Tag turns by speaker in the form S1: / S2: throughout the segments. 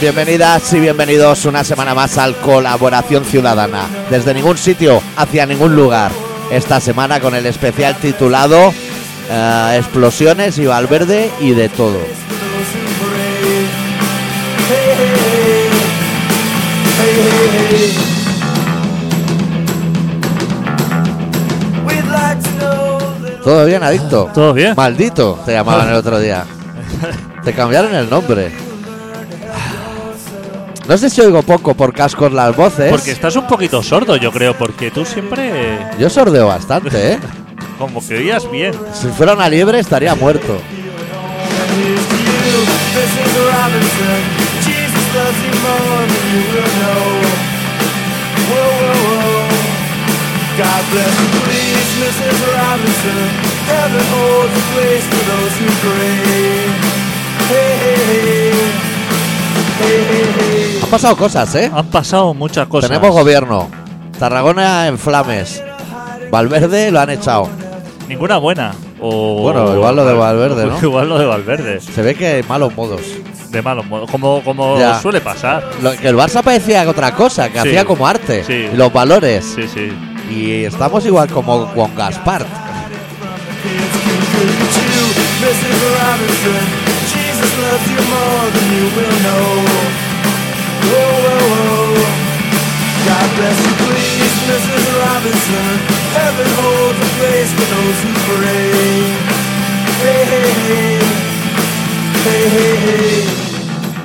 S1: Bienvenidas y bienvenidos una semana más al Colaboración Ciudadana. Desde ningún sitio, hacia ningún lugar. Esta semana con el especial titulado eh, Explosiones y Valverde y de todo. ¿Todo bien, adicto?
S2: ¿Todo bien?
S1: Maldito, te llamaban el otro día. Te cambiaron el nombre. No sé si oigo poco por cascos las voces.
S2: Porque estás un poquito sordo, yo creo, porque tú siempre eh,
S1: Yo sordeo bastante, ¿eh?
S2: como que oías bien.
S1: Si fuera una liebre estaría muerto. Han pasado cosas, ¿eh?
S2: Han pasado muchas cosas.
S1: Tenemos gobierno. Tarragona en flames. Valverde lo han echado.
S2: Ninguna buena. O,
S1: Bueno, igual lo de Valverde, ¿no?
S2: igual lo de Valverde.
S1: Se ve que malos modos.
S2: De malos modos. Como, como
S1: Ya.
S2: suele pasar.
S1: Lo- que el Barça parecía otra cosa, que
S2: Sí.
S1: hacía como arte.
S2: Sí.
S1: Y los valores.
S2: Sí, sí.
S1: Y estamos igual como con Gaspar.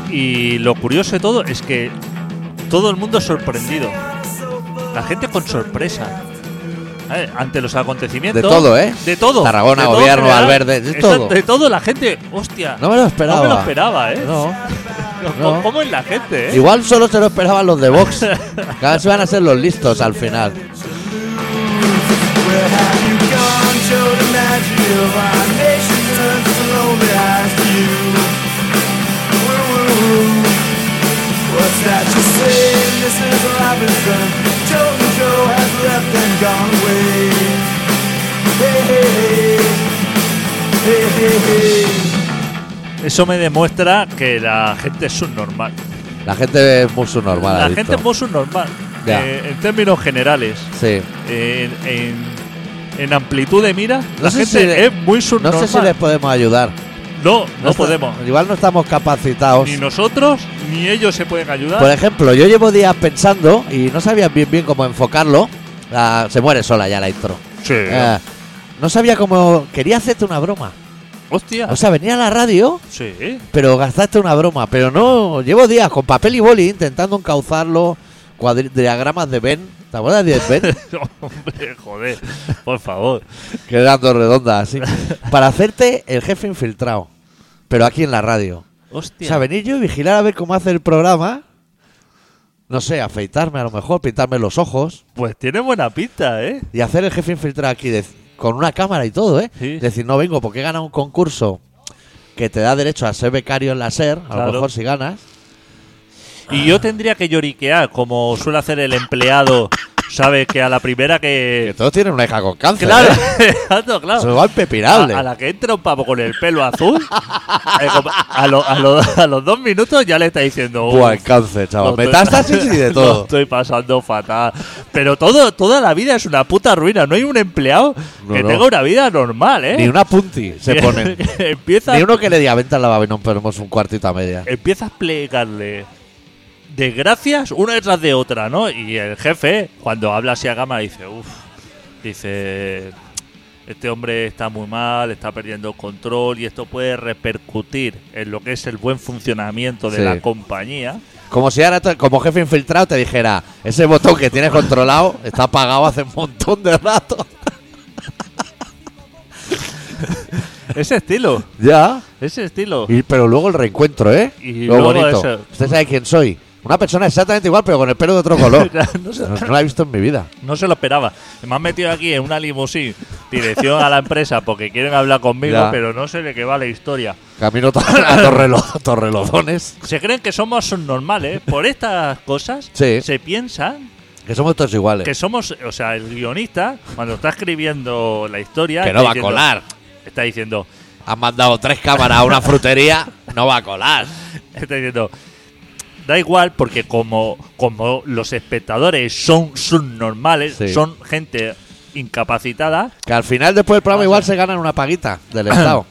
S2: Y lo curioso de todo es que todo el mundo sorprendido. La gente con sorpresa. Eh, Ante los acontecimientos.
S1: De todo, ¿eh?
S2: De todo.
S1: Tarragona,
S2: De todo
S1: gobierno,
S2: en general.
S1: Valverde, de
S2: Eso-
S1: todo.
S2: De todo, la gente. Hostia.
S1: No me lo
S2: no
S1: esperaba.
S2: me lo esperaba, ¿eh?
S1: No.
S2: ¿Cómo,
S1: no.
S2: cómo es la gente, eh?
S1: Igual solo se lo esperaban los de Vox. Cada vez van a ser los listos al final.
S2: Eso me demuestra que la gente es subnormal.
S1: La gente es muy subnormal.
S2: la
S1: adicto.
S2: gente es muy subnormal.
S1: Ya.
S2: Eh, en términos generales,
S1: Sí.
S2: en, en- en amplitud de mira, la
S1: sé
S2: gente
S1: si le-
S2: es muy
S1: No
S2: subnormal.
S1: sé si les podemos ayudar.
S2: no, no
S1: está-
S2: podemos.
S1: Igual no estamos capacitados.
S2: Ni nosotros, ni ellos se pueden ayudar.
S1: Por ejemplo, yo llevo días pensando y no sabía bien bien cómo enfocarlo. Ah, se muere sola ya la intro.
S2: Sí.
S1: Eh, no sabía cómo. Quería hacerte una broma.
S2: Hostia.
S1: O sea, venía a la radio,
S2: sí.
S1: pero gastaste una broma. Pero no. Llevo días con papel y boli intentando encauzarlo. cuadri- diagramas de Ben. ¿Te acuerdas de Ben?
S2: Hombre, joder. Por favor.
S1: Quedando redonda así. Para hacerte el jefe infiltrado. Pero aquí en la radio. O
S2: Hostia.
S1: sea, venir yo y vigilar a ver cómo hace el programa. No sé, afeitarme a lo mejor, pintarme los ojos
S2: Pues tiene buena pinta, ¿eh?
S1: y hacer el jefe infiltrado aquí de- con una cámara y todo, ¿eh?
S2: Sí.
S1: Decir, no vengo porque he ganado un concurso que te da derecho a ser becario en la SER, a
S2: Claro.
S1: lo mejor si ganas.
S2: Y yo tendría que lloriquear, como suele hacer el empleado, ¿sabes? Que a la primera que.
S1: todos tienen una hija con cáncer. ¿eh?
S2: Claro, claro, claro.
S1: Se va al pepinable.
S2: A, a la que entra un pavo con el pelo azul, eh, como- a, lo- a lo- a los dos minutos ya le está diciendo. "Uf,
S1: Buah, el cáncer,
S2: lo
S1: chaval.
S2: estoy-
S1: Metástasis y Pues de
S2: lo
S1: todo.
S2: estoy pasando fatal. Pero todo, toda la vida es una puta ruina. No hay un empleado
S1: No,
S2: que
S1: no.
S2: tenga una vida normal, ¿eh?
S1: Ni una punti se
S2: Que-
S1: ponen.
S2: que empiezas,
S1: Ni uno que le diga, venta al lavabo y no perdemos un cuartito a media.
S2: empiezas a plegarle desgracias una detrás de otra, ¿no? Y el jefe, cuando habla así a gama, dice, uff, dice, este hombre está muy mal, está perdiendo el control y esto puede repercutir en lo que es el buen funcionamiento de
S1: Sí.
S2: la compañía.
S1: Como si ahora, te- como jefe infiltrado, te dijera: Ese botón que tienes controlado está apagado hace un montón de rato.
S2: Ese estilo,
S1: Ya.
S2: ese estilo.
S1: Y- pero luego el reencuentro, ¿eh?
S2: Y
S1: Lo
S2: luego
S1: bonito.
S2: eso.
S1: Usted sabe quién soy. Una persona exactamente igual, pero con el pelo de otro color.
S2: no, se,
S1: No, no la he visto en mi vida.
S2: no se lo esperaba. Me han metido aquí en una limusín, dirección a la empresa, porque quieren hablar conmigo,
S1: Ya.
S2: pero no sé de qué va la historia.
S1: Camino to- a torrelo- Torrelodones.
S2: Se creen que somos normales. ¿eh? Por estas cosas
S1: Sí.
S2: se piensan
S1: Que somos todos iguales.
S2: que somos, o sea, el guionista, cuando está escribiendo la historia,
S1: Que
S2: está
S1: no va a
S2: diciendo-
S1: colar.
S2: Está diciendo,
S1: Han mandado tres cámaras a una frutería. No va a colar.
S2: está diciendo, da igual porque como, como los espectadores son subnormales,
S1: Sí.
S2: son gente incapacitada,
S1: Que al final, después del programa,
S2: Ah,
S1: igual se ganan una paguita del Estado.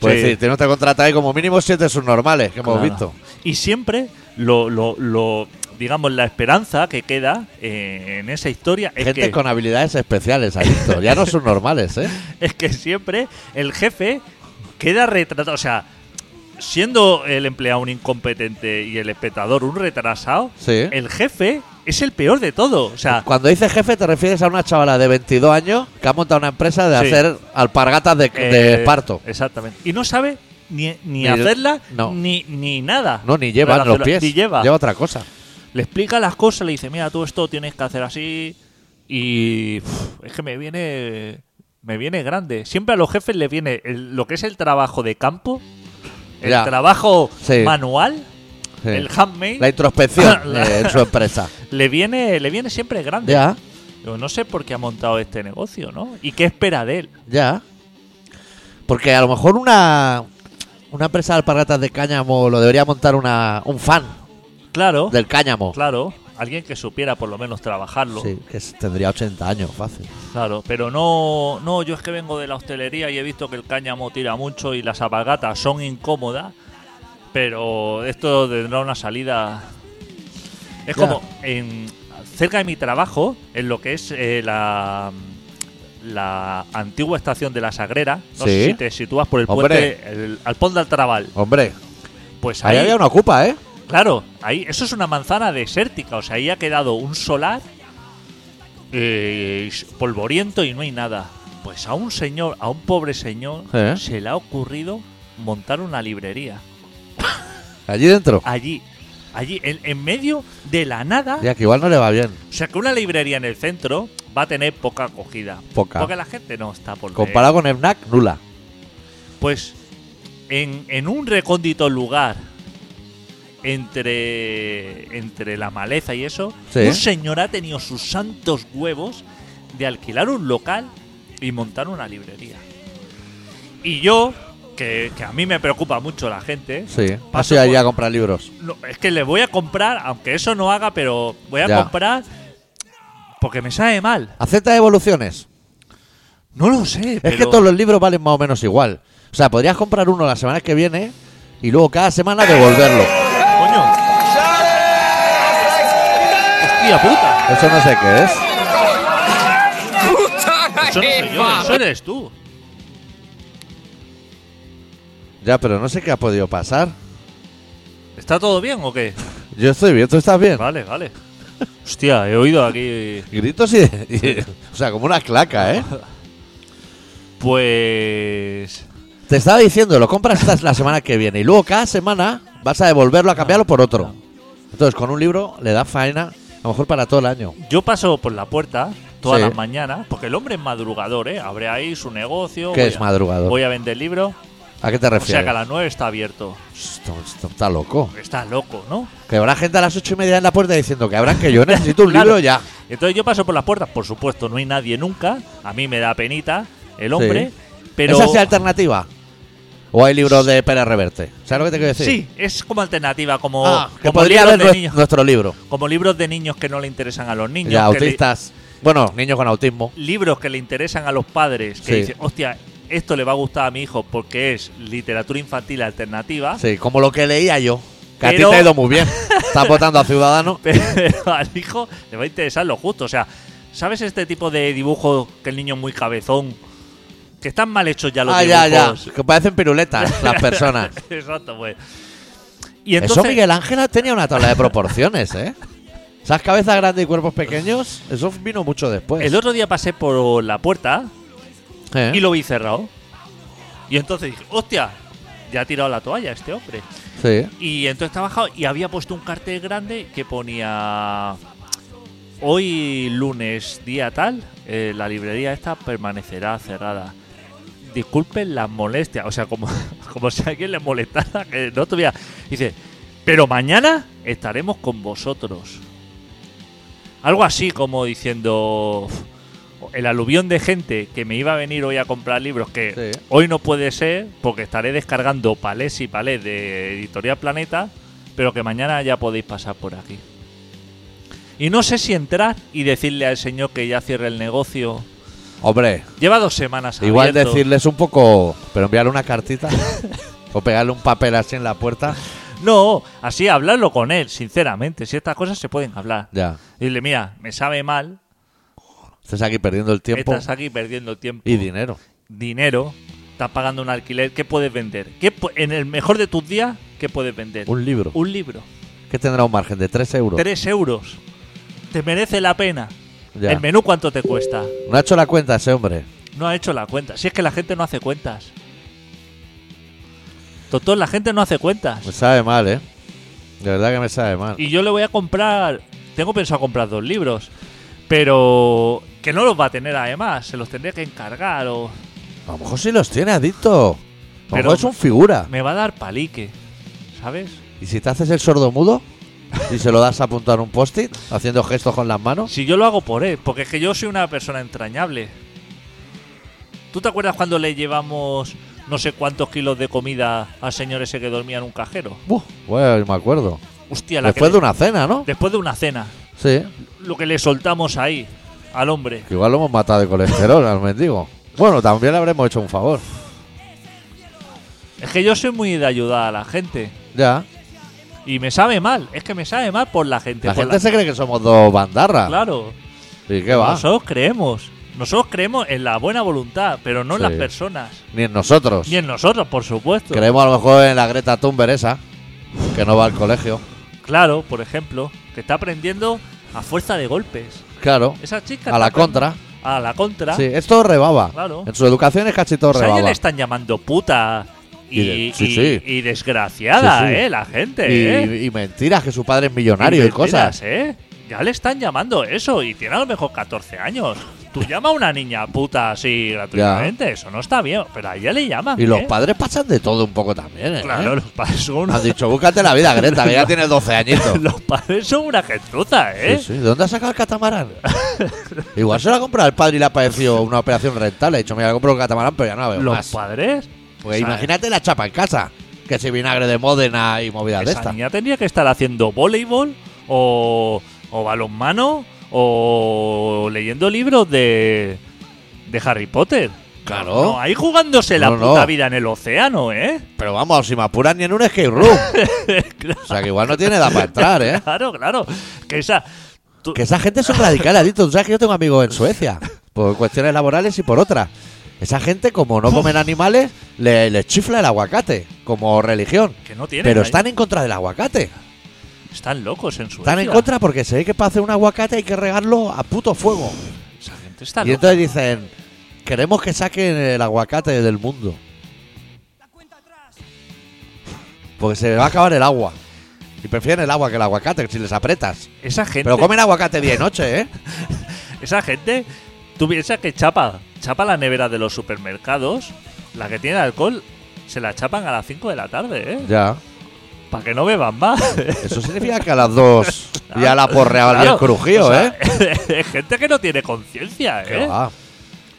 S1: Pues
S2: Sí.
S1: decir, tenemos que contratar ahí como mínimo siete subnormales que hemos
S2: Claro.
S1: visto.
S2: Y siempre lo, lo- lo- digamos la esperanza que queda eh, en esa historia es
S1: Gente
S2: que,
S1: con habilidades especiales, adicto. Ya no subnormales, ¿eh?
S2: es que siempre el jefe queda retratado. O sea, siendo el empleado un incompetente y el espectador un retrasado,
S1: Sí.
S2: el jefe es el peor de todo. O sea,
S1: Cuando dices jefe, te refieres a una chavala de 22 años que ha montado una empresa de
S2: Sí.
S1: hacer alpargatas de, de
S2: eh,
S1: esparto.
S2: Exactamente. Y no sabe ni, ni,
S1: Ni-
S2: hacerla
S1: no.
S2: ni, ni nada.
S1: No, ni llevan los
S2: Relaciona-
S1: pies.
S2: Ni lleva.
S1: otra cosa.
S2: Le explica las cosas, le dice, mira, tú esto tienes que hacer así. Y uf, es que me viene. Me viene grande. Siempre a los jefes les viene el- lo que es el trabajo de campo, el
S1: Ya.
S2: trabajo
S1: Sí.
S2: manual,
S1: Sí.
S2: el handmade,
S1: La introspección
S2: La-
S1: eh, en su empresa.
S2: le viene, le viene siempre grande.
S1: Ya,
S2: Yo no sé por qué ha montado este negocio, ¿no? ¿Y qué espera de él?
S1: ya. Porque a lo mejor una, una empresa de alpargatas de cáñamo lo debería montar una, un fan
S2: Claro,
S1: del cáñamo.
S2: claro. Alguien que supiera por lo menos trabajarlo.
S1: Sí, que s- tendría 80 años, fácil.
S2: Claro, pero no, no, yo es que vengo de la hostelería y he visto que el cáñamo tira mucho y las alpargatas son incómodas, pero esto tendrá una salida. Es
S1: Ya.
S2: como en, cerca de mi trabajo, en lo que es eh, la, la antigua estación de la Sagrera, no
S1: Sí.
S2: sé si te sitúas por el
S1: Hombre.
S2: puente, el, al Pont del Trabal.
S1: Hombre,
S2: Pues
S1: ahí
S2: ahí,
S1: había una ocupa, ¿eh?
S2: Claro, ahí, eso es una manzana desértica, o sea, ahí ha quedado un solar eh, polvoriento y no hay nada. Pues a un señor, a un pobre señor,
S1: ¿Eh?
S2: se le ha ocurrido montar una librería.
S1: Allí dentro.
S2: Allí, allí, en, en medio de la nada.
S1: Ya que igual no le va bien.
S2: O sea, que una librería en el centro va a tener poca acogida.
S1: Poca.
S2: Porque la gente no está por leer.
S1: Comparado con el NAC, nula.
S2: Pues en, en un recóndito lugar entre, entre la maleza y eso,
S1: Sí.
S2: un señor ha tenido sus santos huevos de alquilar un local y montar una librería. Y yo, que, que a mí me preocupa mucho la gente,
S1: Sí.
S2: Paso
S1: Paso allí
S2: por-
S1: a comprar libros.
S2: no, es que le voy a comprar, aunque eso no haga, pero voy a
S1: Ya.
S2: comprar porque me sabe mal.
S1: ¿Acepta evoluciones?
S2: No lo sé.
S1: Es que todos los libros valen más o menos igual. O sea, podrías comprar uno la semana que viene y luego cada semana devolverlo.
S2: Coño. Hostia puta.
S1: Eso no sé qué es.
S2: Eso no soy yo, eso eres tú.
S1: Ya, pero no sé qué ha podido pasar.
S2: ¿Está todo bien o qué?
S1: Yo estoy bien, tú estás bien.
S2: Vale, vale. Hostia, he oído aquí.
S1: Gritos y, y- O sea, como una claca, ¿eh?
S2: Pues.
S1: Te estaba diciendo, lo compras esta- la semana que viene y luego cada semana vas a devolverlo a cambiarlo por otro. Entonces, con un libro le da faena, a lo mejor para todo el año.
S2: Yo paso por la puerta todas
S1: Sí.
S2: las mañanas, porque el hombre es madrugador, ¿eh? Abre ahí su negocio.
S1: ¿Qué
S2: voy
S1: es
S2: a-
S1: madrugador?
S2: Voy a vender libros.
S1: ¿A qué te
S2: O sea
S1: refieres?
S2: que a las 9 está abierto.
S1: Esto- esto está loco.
S2: Está loco, ¿no?
S1: Que habrá gente a las ocho y media en la puerta diciendo que habrán que yo necesito un libro
S2: Claro.
S1: ya.
S2: Entonces yo paso por las puertas, por supuesto, no hay nadie nunca. A mí me da penita el hombre. Pero.
S1: ¿Esa es alternativa? ¿O hay libros de Pérez Reverte? ¿Sabes lo que te quiero decir?
S2: Sí, es como alternativa, como,
S1: Ah, que
S2: como
S1: podría
S2: libros
S1: haber
S2: de
S1: nue-
S2: niños.
S1: nuestro libro.
S2: Como libros de niños que no le interesan a los niños.
S1: Ya,
S2: que le-
S1: autistas. Bueno, niños con autismo.
S2: libros que le interesan a los padres, que
S1: Sí.
S2: dicen, hostia, esto le va a gustar a mi hijo porque es literatura infantil alternativa.
S1: Sí, como lo que leía yo. Que a
S2: Ah. Pero-
S1: ti te ha ido muy bien. Estás votando a Ciudadanos.
S2: Pero al hijo le va a interesar lo justo. O sea, ¿sabes este tipo de dibujo que el niño es muy cabezón? Que están mal hechos ya los
S1: Ah, ya, ya.
S2: dibujos.
S1: Que parecen piruletas las personas.
S2: Exacto, pues. Y
S1: Eso
S2: entonces,
S1: Miguel Ángel tenía una tabla de proporciones, ¿eh? Esas cabezas grandes y cuerpos pequeños, eso vino mucho después.
S2: el otro día pasé por la puerta
S1: ¿Eh?
S2: y lo vi cerrado. Y entonces dije, hostia, ya ha tirado la toalla este hombre.
S1: Sí.
S2: Y entonces estaba bajado y había puesto un cartel grande que ponía hoy lunes día tal, eh, la librería esta permanecerá cerrada. Disculpen las molestias, o sea, como, como si a alguien le molestara que no tuviera. Dice, pero mañana estaremos con vosotros. Algo así como diciendo "Uf, el aluvión de gente que me iba a venir hoy a comprar libros que
S1: Sí.
S2: hoy no puede ser porque estaré descargando palés y palés de Editorial Planeta pero que mañana ya podéis pasar por aquí. Y no sé si entrar y decirle al señor que ya cierre el negocio.
S1: Hombre,
S2: Lleva dos semanas
S1: igual
S2: abierto.
S1: decirles un poco, pero enviarle una cartita o pegarle un papel así en la puerta,
S2: No, así hablarlo con él, sinceramente. Si estas cosas se pueden hablar.
S1: ya.
S2: Dile, mira, me sabe mal,
S1: Estás aquí perdiendo el tiempo
S2: estás aquí perdiendo tiempo.
S1: y dinero.
S2: dinero, estás pagando un alquiler, ¿qué puedes vender? ¿Qué pu- en el mejor de tus días, ¿qué puedes vender?
S1: Un libro.
S2: Un libro.
S1: que tendrá un margen de 3 euros.
S2: Tres euros. Te merece la pena.
S1: Ya.
S2: ¿El menú cuánto te cuesta?
S1: No ha hecho la cuenta ese hombre.
S2: No ha hecho la cuenta. Si es que la gente no hace cuentas. Doctor, la gente no hace cuentas.
S1: Me sabe mal, ¿eh? De verdad que me sabe mal.
S2: Y yo le voy a comprar. Tengo pensado comprar dos libros. Pero. Que no los va a tener además. Se los tendría que encargar o.
S1: A lo mejor sí los tiene, adicto. A lo
S2: Pero-
S1: mejor es un figura.
S2: Me va a dar palique. ¿Sabes?
S1: ¿Y si te haces el sordo mudo y se lo das a apuntar un post-it haciendo gestos con las manos?
S2: Si yo lo hago por él, porque es que yo soy una persona entrañable. ¿Tú te acuerdas cuando le llevamos no sé cuántos kilos de comida al señor ese que dormía en un cajero?
S1: Buh, bueno, me acuerdo.
S2: Hostia, la que
S1: Después
S2: le-
S1: de una cena, ¿no?
S2: después de una cena,
S1: Sí.
S2: lo que le soltamos ahí al hombre.
S1: Que igual lo hemos matado de colesterol al mendigo. Bueno, también le habremos hecho un favor.
S2: Es que yo soy muy de ayudar a la gente.
S1: Ya.
S2: Y me sabe mal, es que me sabe mal por la gente.
S1: La
S2: por
S1: gente se cree que somos dos bandarras.
S2: Claro,
S1: ¿Y qué va?
S2: nosotros creemos. Nosotros creemos en la buena voluntad, pero no en
S1: Sí.
S2: las personas.
S1: Ni en nosotros.
S2: Ni en nosotros, por supuesto.
S1: Creemos a lo mejor en la Greta Thunberg esa, que no va al colegio.
S2: Claro, por ejemplo, que está aprendiendo a fuerza de golpes.
S1: Claro.
S2: Esa chica.
S1: A la
S2: está aprendiendo-
S1: contra.
S2: A la contra.
S1: Sí, es todo rebaba.
S2: Claro. Pues
S1: En su educación es casi todo
S2: O sea, a ella
S1: rebaba.
S2: le están llamando puta y,
S1: Y de- sí,
S2: y-
S1: sí.
S2: y desgraciada,
S1: Sí, sí.
S2: ¿eh? La gente, ¿eh?
S1: Y, y mentiras, que su padre es millonario y,
S2: mentiras,
S1: cosas.
S2: ¿eh? Ya le están llamando eso y tiene a lo mejor 14 años. Tú llama a una niña puta así gratuitamente, eso no está bien, pero a ella le llaman.
S1: Y los
S2: ¿eh?
S1: padres pasan de todo un poco también, ¿eh?
S2: Claro, los padres son una-
S1: Han dicho, búscate la vida, Greta, que ya tienes 12 añitos.
S2: los padres son una gentuza, ¿eh?
S1: Sí, sí. ¿De dónde ha sacado el catamarán? Igual se lo ha comprado el padre y le ha parecido una operación rental. Le ha dicho, mira, compro un catamarán, pero ya no la veo
S2: Los
S1: más.
S2: padres.
S1: Porque
S2: o sea,
S1: imagínate la chapa en casa. Que si vinagre de Módena y movidas de
S2: Esa
S1: esta.
S2: niña tenía que estar haciendo voleibol o, o balonmano o leyendo libros de, de Harry Potter.
S1: Claro.
S2: No, ahí jugándose la
S1: No, no.
S2: puta vida en el océano, ¿eh?
S1: Pero vamos, si me apuran ni en un escape room. O sea, que igual no tiene edad para entrar, ¿eh?
S2: Claro, claro. Que esa. tú-
S1: Que esa gente son radicales, adictos. Tú sabes que yo tengo amigos en Suecia, por cuestiones laborales y por otras. Esa gente, como no comen animales, le- les chifla el aguacate, como religión.
S2: que no tienen.
S1: Pero
S2: ahí.
S1: están en contra del aguacate.
S2: Están locos en su
S1: Están en contra porque se ve que para hacer un aguacate hay que regarlo a puto fuego.
S2: Esa gente está
S1: Y
S2: loca.
S1: entonces dicen, queremos que saquen el aguacate del mundo. Porque se va a acabar el agua. Y prefieren el agua que el aguacate, si les apretas.
S2: Esa gente.
S1: Pero comen aguacate día y noche, ¿eh?
S2: Esa gente, tú piensas que chapa, chapa la nevera de los supermercados, la que tiene alcohol, se la chapan a las 5 de la tarde, ¿eh?
S1: Ya.
S2: Para que no beban más.
S1: Eso significa que a las dos ya la porreaba
S2: Claro,
S1: el crujío,
S2: o sea,
S1: ¿eh?
S2: es gente que no tiene conciencia,
S1: Qué
S2: ¿eh?
S1: va.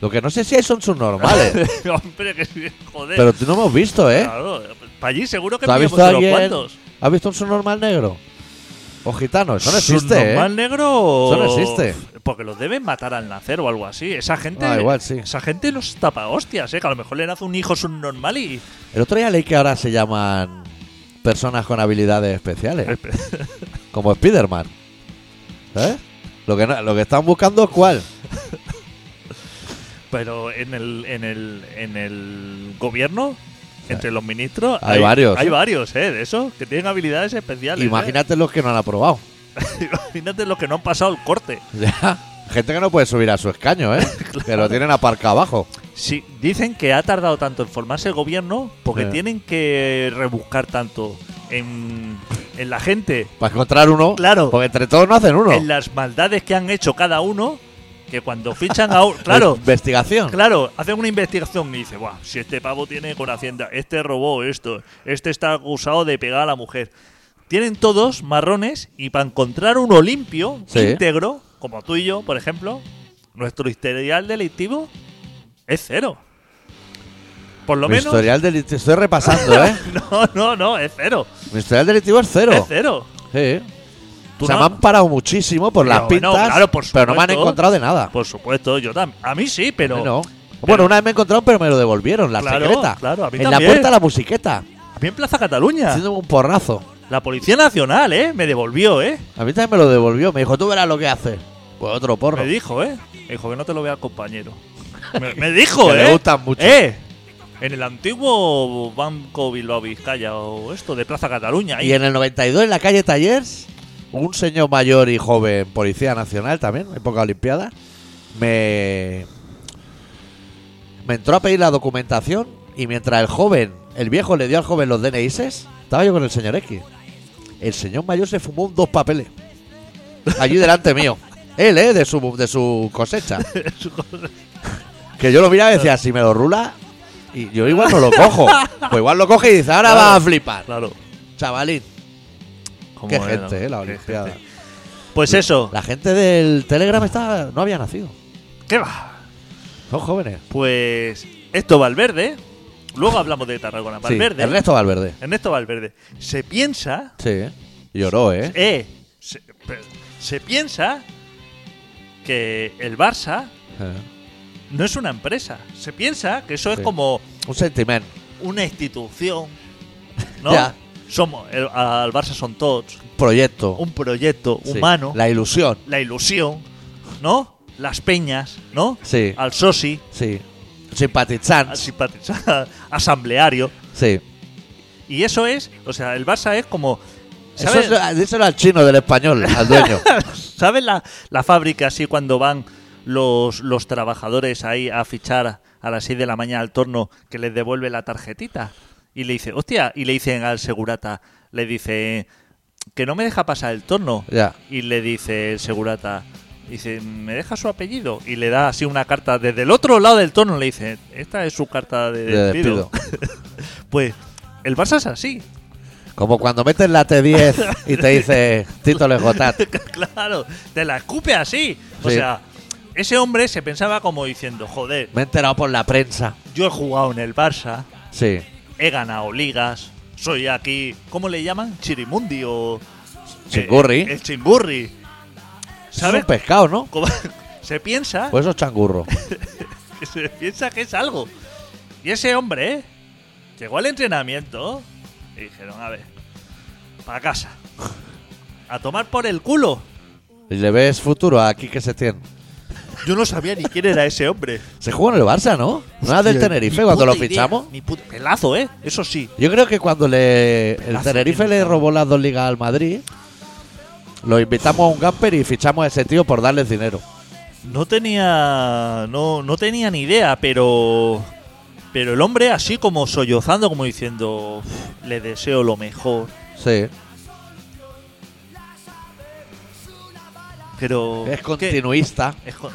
S1: Lo que no sé si hay son sus normales.
S2: Hombre, que sí, joder.
S1: pero tú no hemos visto, ¿eh?
S2: para allí seguro que
S1: ¿Tú has
S2: pillamos
S1: visto a
S2: unos
S1: alguien?
S2: cuantos.
S1: ¿Has visto un subnormal negro? O gitano, eso no existe,
S2: Subnormal
S1: ¿eh?
S2: negro.
S1: Eso no existe.
S2: Porque los deben matar al nacer o algo así. Esa gente.
S1: Ah, igual, sí.
S2: Esa gente los tapa hostias, ¿eh? Que a lo mejor le nace un hijo subnormal y.
S1: El otro día leí que ahora se llaman personas con habilidades especiales, como Spiderman. ¿Eh? Lo que, no- lo que están buscando es cuál.
S2: Pero en el, en el, en el gobierno, entre los ministros,
S1: Hay varios.
S2: Hay varios, ¿eh? De esos que tienen habilidades especiales. ¿eh?
S1: Imagínate los que no han aprobado.
S2: Imagínate los que no han pasado el corte.
S1: Ya. Gente que no puede subir a su escaño, ¿eh? Que lo tienen aparcado abajo.
S2: Sí, dicen que ha tardado tanto en formarse el gobierno porque
S1: Eh.
S2: tienen que rebuscar tanto en, en la gente,
S1: Para encontrar uno.
S2: Claro.
S1: Porque entre todos no hacen uno.
S2: en las maldades que han hecho cada uno, que cuando fichan a uno. Claro,
S1: Investigación.
S2: claro, hacen una investigación y dicen, Buah, si este pavo tiene con Hacienda, este robó esto, este está acusado de pegar a la mujer. Tienen todos marrones y para encontrar uno limpio,
S1: Sí.
S2: íntegro, como tú y yo, por ejemplo, nuestro historial delictivo es cero. por lo
S1: Mi
S2: menos.
S1: historial delictivo. Estoy repasando, ¿eh?
S2: No, no, no, es cero.
S1: Mi historial delictivo es cero.
S2: Es cero.
S1: Sí.
S2: Tú
S1: O sea,
S2: no-
S1: me han parado muchísimo por
S2: Pero
S1: las
S2: bueno,
S1: pintas,
S2: claro, por
S1: pero no me han
S2: supuesto.
S1: encontrado de nada.
S2: Por supuesto, yo también. A mí sí, pero.
S1: No. Bueno, una vez me encontraron, pero me lo devolvieron, la
S2: Claro,
S1: secreta.
S2: claro, a mí
S1: en la
S2: también.
S1: puerta de la musiqueta,
S2: A mí en Plaza Cataluña.
S1: haciéndome un porrazo.
S2: La Policía Nacional, ¿eh? Me devolvió, ¿eh?
S1: A mí también me lo devolvió. Me dijo, tú verás lo que haces. Pues otro porro.
S2: Me dijo, ¿eh? Me dijo que no te lo vea compañero. Me, me dijo,
S1: Que
S2: ¿eh?
S1: le gustan mucho.
S2: ¿Eh? En el antiguo Banco Bilbao Vizcaya o esto de Plaza Cataluña. ahí.
S1: Y en el 92, en la calle Tallers, un señor mayor y joven, policía nacional también, época olimpiada, me. Me entró a pedir la documentación y mientras el joven, el viejo le dio al joven los DNIs, estaba yo con el señor X. El señor mayor se fumó dos papeles. Allí delante mío. Él, ¿eh? De su, de su cosecha. que yo lo miraba y decía, si me lo rula, y yo igual no lo cojo. Pues igual lo coge y dice, ahora
S2: Claro.
S1: va a flipar.
S2: Claro.
S1: Chavalín.
S2: Cómo
S1: Qué
S2: era,
S1: gente, eh, la
S2: qué
S1: Olimpiada.
S2: gente. Pues eso.
S1: La gente del Telegram está, no había nacido.
S2: ¿Qué va?
S1: Son jóvenes.
S2: Pues esto Valverde. Luego hablamos de Tarragona.
S1: Sí,
S2: Valverde.
S1: Ernesto Valverde.
S2: Ernesto Valverde. Se piensa.
S1: Sí. ¿eh? Lloró, ¿eh?
S2: Eh, se, pe- se piensa que el Barça
S1: Eh.
S2: no es una empresa. Se piensa que eso es
S1: Sí.
S2: como
S1: Un sentiment.
S2: una institución. ¿No?
S1: Ya.
S2: Somos, el- al Barça son todos.
S1: Proyecto.
S2: Un proyecto
S1: Sí.
S2: humano. La,
S1: La ilusión.
S2: ilusión. ¿No? Las peñas. ¿No?
S1: Sí.
S2: Al soci.
S1: Sí. Simpatizante.
S2: Al simpatizante. Asambleario.
S1: Sí.
S2: Y eso es. O sea, el Barça es como.
S1: Eso
S2: ¿Sabes,
S1: es, díselo al chino del español, al dueño.
S2: ¿sabes la, la fábrica así cuando van los, los trabajadores ahí a fichar a las 6 de la mañana al torno que les devuelve la tarjetita? Y le dice, hostia, y le dicen al segurata, le dice, que no me deja pasar el torno.
S1: ya.
S2: Y le dice el segurata, dice, ¿me deja su apellido? Y le da así una carta desde el otro lado del torno, le dice, esta es su carta de
S1: De
S2: despido. pues el Barça es así.
S1: Como cuando metes la T10 y te dice Tito Lejotat.
S2: claro, te la escupe así. O
S1: Sí.
S2: sea, ese hombre se pensaba como diciendo, joder,
S1: Me he enterado por la prensa.
S2: yo he jugado en el Barça,
S1: Sí.
S2: he ganado ligas, soy aquí, ¿cómo le llaman? Chirimundi o...
S1: Chingurri.
S2: Eh, el chimburri.
S1: Es
S2: ¿Sabes?
S1: un pescado, ¿no?
S2: Como- se piensa
S1: Pues eso es changurro.
S2: se piensa que es algo. Y ese hombre ¿eh? llegó al entrenamiento y dijeron, a ver, para casa. A tomar por el culo.
S1: Y le ves futuro a Quique Setién.
S2: Yo no sabía ni quién era ese hombre.
S1: Se jugó en el Barça, ¿no? No era del Tenerife
S2: Ni
S1: cuando lo
S2: puta idea,
S1: fichamos.
S2: ni puta- pelazo, ¿eh? Eso sí.
S1: Yo creo que cuando le el
S2: Pedazo
S1: Tenerife
S2: tiene,
S1: le
S2: cabrón.
S1: robó las dos ligas al Madrid, lo invitamos a un camper y fichamos a ese tío por darles dinero.
S2: No tenía. No, no tenía ni idea, pero. Pero el hombre, así como sollozando, como diciendo. "Uf, Le deseo lo mejor.
S1: Sí.
S2: Pero.
S1: Es
S2: ¿qué,
S1: continuista
S2: es con-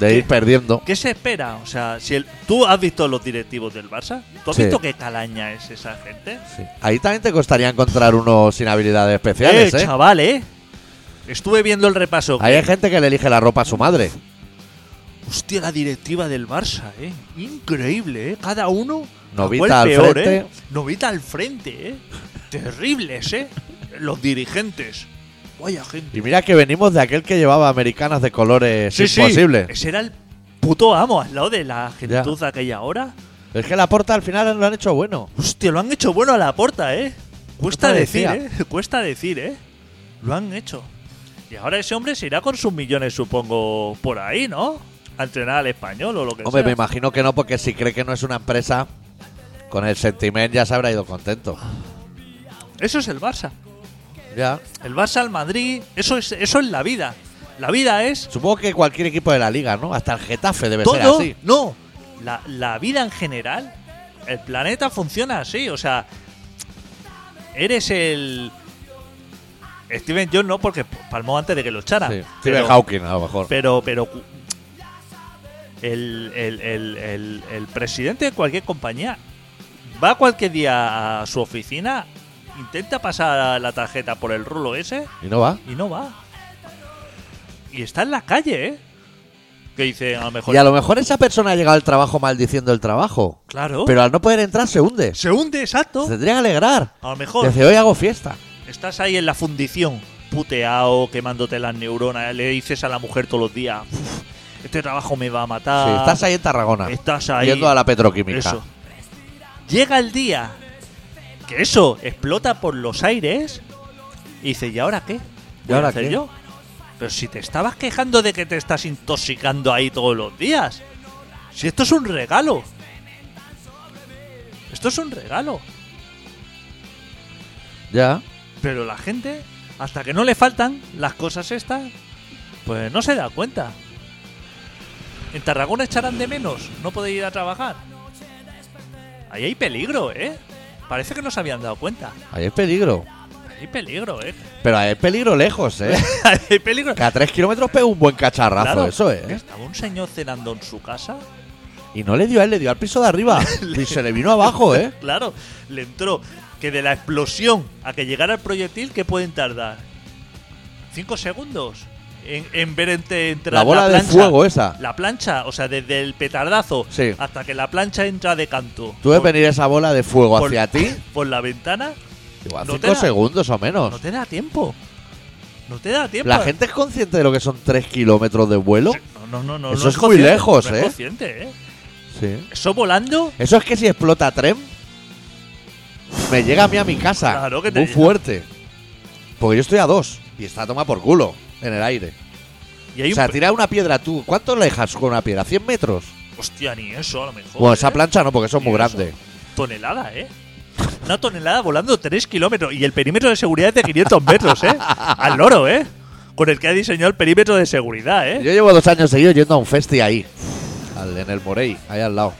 S1: de ir perdiendo.
S2: ¿Qué se espera? O sea, si el, tú has visto los directivos del Barça, ¿tú has
S1: Sí.
S2: visto qué calaña es esa gente?
S1: Sí. Ahí también te costaría encontrar uno sin habilidades especiales,
S2: eh,
S1: ¿eh?
S2: chaval, ¿eh? Estuve viendo el repaso.
S1: Ahí hay gente que le elige la ropa a su madre.
S2: Hostia, la directiva del Barça, ¿eh? Increíble, ¿eh? Cada uno.
S1: Novita
S2: a cual
S1: al
S2: peor,
S1: frente.
S2: ¿eh? Novita al frente, ¿eh? Terribles, ¿eh? Los dirigentes. Vaya gente.
S1: Y mira que venimos de aquel que llevaba americanas de colores imposibles.
S2: Ese era el puto amo al lado de la gentuza
S1: Ya.
S2: aquella hora.
S1: Es que la porta al final lo han hecho bueno.
S2: Hostia, lo han hecho bueno a la porta, ¿eh? Cuesta decir,
S1: parecía.
S2: ¿eh? Cuesta decir, ¿eh? Lo han hecho. Y ahora ese hombre se irá con sus millones, supongo, por ahí, ¿no? A entrenar al español o lo que
S1: Hombre, me
S2: sea.
S1: imagino que no, porque si cree que no es una empresa, con el sentiment ya se habrá ido contento.
S2: Eso es el Barça.
S1: Ya.
S2: El Barça al Madrid, eso es, eso es la vida. La vida es
S1: Supongo que cualquier equipo de la liga, ¿no? Hasta el Getafe debe ser
S2: todo.
S1: así.
S2: No, la, la vida en general, el planeta funciona así. O sea, eres el. Steven John no, porque palmó antes de que lo echara.
S1: Sí. Stephen
S2: Pero-
S1: Hawking, a lo mejor.
S2: Pero, pero cu- el, el- el- el- el presidente de cualquier compañía va cualquier día a su oficina, intenta pasar la tarjeta por el rulo ese
S1: Y no va.
S2: y no va. Y está en la calle, ¿eh? que dicen a lo mejor.
S1: Y a lo mejor esa persona ha llegado al trabajo maldiciendo el trabajo.
S2: Claro.
S1: Pero al no poder entrar se hunde.
S2: se hunde, exacto.
S1: Se tendría que alegrar.
S2: A lo mejor
S1: Desde hoy hago fiesta.
S2: estás ahí en la fundición, puteado, quemándote las neuronas. Le dices a la mujer todos los días: "Uf, Este trabajo me va a matar.
S1: Sí, estás ahí en Tarragona.
S2: Estás ahí.
S1: Yendo a la petroquímica.
S2: Eso. Llega el día que eso explota por los aires y dice, ¿y ahora qué?
S1: ¿Y
S2: ¿Voy a
S1: ahora
S2: hacer
S1: qué?
S2: yo? Pero si te estabas quejando de que te estás intoxicando ahí todos los días. Si esto es un regalo. Esto es un regalo.
S1: Ya.
S2: Pero la gente, hasta que no le faltan las cosas estas, pues no se da cuenta. En Tarragona echarán de menos, no podéis ir a trabajar. Ahí hay peligro, ¿eh? Parece que no se habían dado cuenta.
S1: Ahí es peligro.
S2: Ahí hay peligro, ¿eh?
S1: Pero ahí es peligro lejos, ¿eh?
S2: Ahí hay peligro.
S1: que a tres kilómetros pega un buen cacharrazo,
S2: Claro,
S1: eso, ¿eh?
S2: Estaba un señor cenando en su casa.
S1: Y no le dio a él, le dio al piso de arriba. y se le vino abajo, ¿eh?
S2: Claro, le entró que de la explosión a que llegara el proyectil, ¿qué pueden tardar? ¿Cinco segundos? En, en ver ente- entrar
S1: La bola de
S2: plancha.
S1: fuego esa.
S2: La plancha, o sea, desde el petardazo
S1: Sí.
S2: hasta que la plancha entra de canto.
S1: Tú ves venir esa bola de fuego
S2: por-
S1: hacia ti.
S2: Por la ventana,
S1: Igual
S2: No te
S1: cinco
S2: da-
S1: segundos o menos.
S2: no te da tiempo. No te da tiempo.
S1: ¿La gente es consciente de lo que son tres kilómetros de vuelo?
S2: Sí, No, no, no, no,
S1: Eso
S2: no
S1: es muy
S2: consciente,
S1: lejos,
S2: no es
S1: ¿eh?
S2: consciente, ¿eh?
S1: Sí.
S2: Eso volando,
S1: Eso es que si explota tren, me llega a mí a mi casa.
S2: Claro que te
S1: Muy
S2: llega.
S1: fuerte. Porque yo estoy a dos y está toma por culo en el aire.
S2: y hay
S1: O sea,
S2: un. pe-
S1: tira una piedra tú. ¿Cuánto le dejas con una piedra? ¿100 metros?
S2: Hostia, ni eso a lo mejor.
S1: Bueno, esa
S2: ¿eh?
S1: plancha no, porque son muy
S2: Y eso,
S1: grandes.
S2: Tonelada, ¿eh? Una tonelada volando 3 kilómetros y el perímetro de seguridad es de 500 metros, ¿eh? Al loro, ¿eh? Con el que ha diseñado el perímetro de seguridad, ¿eh?
S1: Yo llevo dos años seguidos yendo a un festi ahí, al- en el Morey, ahí al lado.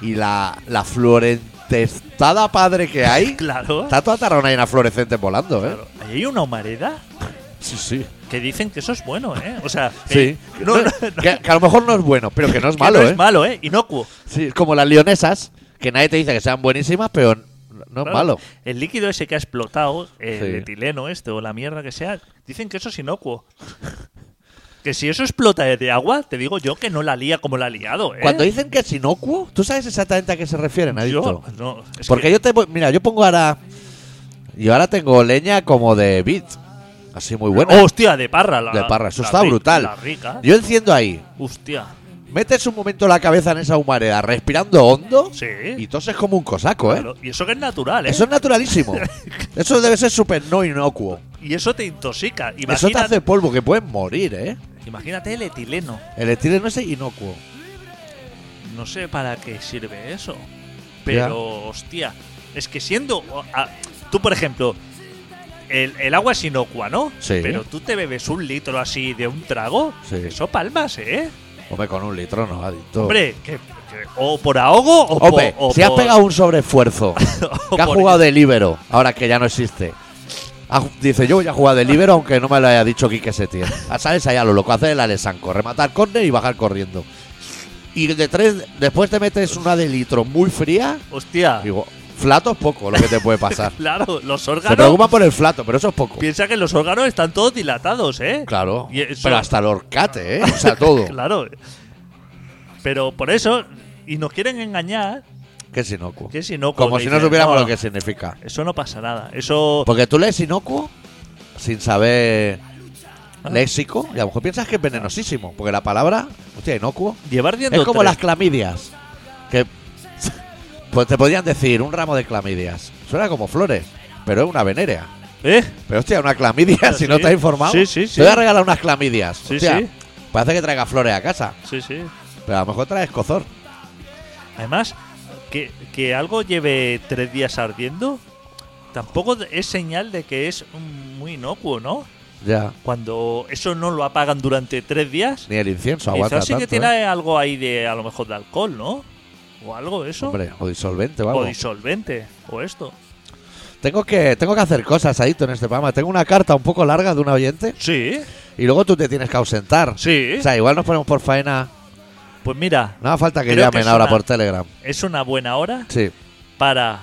S1: Y la, la florentestada padre que hay,
S2: Claro.
S1: está toda tarrona fluorescente volando, ¿eh?
S2: claro. Ahí hay una humareda
S1: Sí, sí.
S2: que dicen que eso es bueno, ¿eh? O sea,
S1: Sí.
S2: que- no, no, no,
S1: que, que a lo mejor no es bueno, pero que no es
S2: que
S1: malo,
S2: no es
S1: ¿eh?
S2: malo, ¿eh? Inocuo.
S1: Sí, es como las leonesas, que nadie te dice que sean buenísimas, pero n- no es
S2: Claro.
S1: malo.
S2: El líquido ese que ha explotado, el
S1: Sí.
S2: etileno este o la mierda que sea, dicen que eso es inocuo. que si eso explota de agua, te digo yo que no la lía como la ha liado, ¿eh?
S1: Cuando dicen que es inocuo, ¿tú sabes exactamente a qué se refieren,
S2: yo,
S1: adicto?
S2: no, es
S1: Porque
S2: que-
S1: yo te voy- mira, yo pongo ahora yo ahora tengo leña como de bit, así muy buena.
S2: Hostia, de parra. La,
S1: de parra, eso
S2: la
S1: está
S2: ri-
S1: brutal.
S2: La rica.
S1: Yo enciendo ahí,
S2: Hostia.
S1: metes un momento la cabeza en esa humareda, respirando hondo
S2: Sí.
S1: y toses como un cosaco, ¿eh?
S2: Claro, Y eso que es natural, ¿eh?
S1: Eso es naturalísimo. Eso debe ser súper no inocuo.
S2: Y eso te intoxica. Imagínate,
S1: Eso te hace polvo, que puedes morir, ¿eh?
S2: imagínate el etileno.
S1: El estilo no es inocuo.
S2: No sé para qué sirve eso. Pero, hostia, es que siendo. o- a- tú, por ejemplo, el, el agua es inocua, ¿no?
S1: Sí.
S2: Pero tú te bebes un litro así de un trago,
S1: Sí. Oh.
S2: eso palmas, ¿eh?
S1: Hombre, con un litro no, adicto.
S2: Hombre, que, que- o por ahogo o
S1: Hombre,
S2: por. o
S1: si has
S2: por-
S1: pegado un sobreesfuerzo,
S2: o
S1: que ha
S2: por-
S1: jugado de líbero, ahora que ya no existe. Ha ju- dice, yo voy a jugar de líbero aunque no me lo haya dicho Quique Setién. Ah, Sales allá lo loco, hacer el Alessanco, rematar córner y bajar corriendo. Y de tres, después te metes una de litro muy fría.
S2: Hostia,
S1: Digo, flato es poco lo que te puede pasar.
S2: claro, los
S1: Se
S2: órganos.
S1: preocupan por el flato, pero eso es poco.
S2: Piensa que los órganos están todos dilatados, ¿eh?
S1: Claro.
S2: Y eso-
S1: Pero hasta el horcate, ¿eh? O sea, todo.
S2: Claro. Pero por eso, y nos quieren engañar,
S1: Que es inocuo.
S2: que si no...
S1: Como si no supiéramos lo que Pues,
S2: es.
S1: significa.
S2: Eso no pasa nada. Eso...
S1: Porque tú lees inocuo sin saber léxico y a lo mejor piensas que es venenosísimo, porque la palabra, hostia, inocuo,
S2: Llevar
S1: es
S2: viendo
S1: como
S2: tres-
S1: las clamidias, que pues te podrían decir un ramo de clamidias, suena como flores, pero es una venerea.
S2: ¿Eh?
S1: Pero hostia, una clamidia, si no
S2: Ah, Sí.
S1: te has informado,
S2: Sí, sí, sí.
S1: te voy a regalar unas clamidias.
S2: Sí,
S1: hostia,
S2: sí.
S1: Parece que traiga flores a casa,
S2: Sí, sí.
S1: pero a lo mejor traes cozor.
S2: Además, que, que algo lleve tres días ardiendo, tampoco es señal de que es muy inocuo, ¿no?
S1: Ya,
S2: Cuando eso no lo apagan durante tres días,
S1: ni el incienso aguanta
S2: quizás sí que
S1: tanto, ¿eh?
S2: tiene algo ahí de, a lo mejor, de alcohol, ¿no? O algo de eso.
S1: Hombre, o disolvente o algo.
S2: o disolvente, o esto.
S1: Tengo que, tengo que hacer cosas, Adicto, en este programa. Tengo una carta un poco larga de un oyente
S2: Sí,
S1: y luego tú te tienes que ausentar.
S2: sí.
S1: O sea, igual nos ponemos por faena.
S2: pues mira,
S1: No hace falta que
S2: Creo que
S1: llamen
S2: es
S1: ahora
S2: una-
S1: por Telegram.
S2: es una buena hora
S1: Sí.
S2: para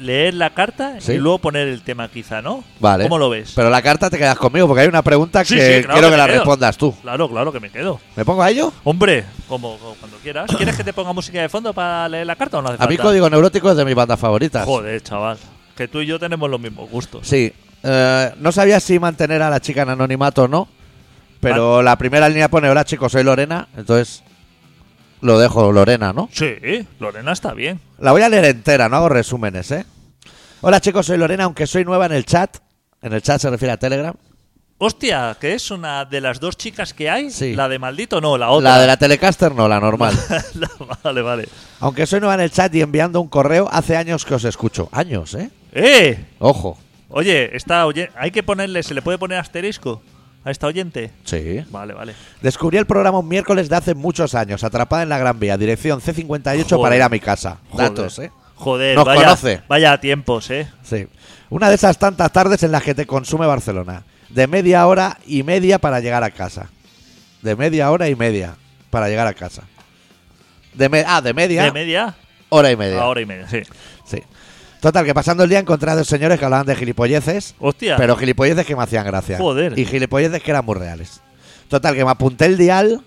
S2: leer la carta
S1: Sí.
S2: y luego poner el tema quizá, ¿no?
S1: Vale.
S2: ¿Cómo lo ves?
S1: Pero la carta te quedas conmigo porque hay una pregunta
S2: Sí,
S1: que
S2: sí,
S1: quiero
S2: claro que
S1: que,
S2: me
S1: la
S2: quedo.
S1: respondas tú.
S2: Claro, claro que me quedo.
S1: ¿Me pongo a ello?
S2: Hombre, como, como cuando quieras. ¿Quieres que te ponga música de fondo para leer la carta o no hace
S1: A mí
S2: falta?
S1: Código Neurótico es de mis bandas favoritas.
S2: Joder, chaval. Que tú y yo tenemos los mismos gustos.
S1: Sí. Eh, no sabía si mantener a la chica en anonimato o no, pero la primera línea pone, hola chicos, soy Lorena, entonces lo dejo Lorena, ¿no?
S2: Sí, Lorena está bien.
S1: La voy a leer entera, no hago resúmenes, ¿eh? Hola chicos, soy Lorena, aunque soy nueva en el chat. En el chat se refiere a Telegram.
S2: Hostia, que es una de las dos chicas que hay.
S1: Sí.
S2: La de maldito, no, la otra.
S1: La de la Telecaster no, la normal.
S2: La- vale, vale.
S1: aunque soy nueva en el chat y enviando un correo, hace años que os escucho. Años, ¿eh?
S2: ¡Eh!
S1: Ojo.
S2: Oye, está oye hay que ponerle, se le puede poner asterisco a esta oyente.
S1: Sí.
S2: Vale, vale.
S1: Descubrí el programa un miércoles de hace muchos años, atrapada en la Gran Vía, dirección C58
S2: Joder.
S1: para ir a mi casa.
S2: Joder.
S1: Datos, ¿eh?
S2: Joder,
S1: Nos
S2: vaya,
S1: conoce.
S2: vaya tiempos, ¿eh?
S1: Sí. Una de esas tantas tardes en las que te consume Barcelona. De media hora y media para llegar a casa. De media hora y media para llegar a casa. De me- ah, de media,
S2: De media
S1: hora y
S2: a
S1: media.
S2: hora y media, sí.
S1: Sí. Total, que pasando el día encontré a dos señores que hablaban de gilipolleces.
S2: Hostia.
S1: Pero gilipolleces que me hacían gracia.
S2: Joder.
S1: Y gilipolleces que eran muy reales. Total, que me apunté el dial.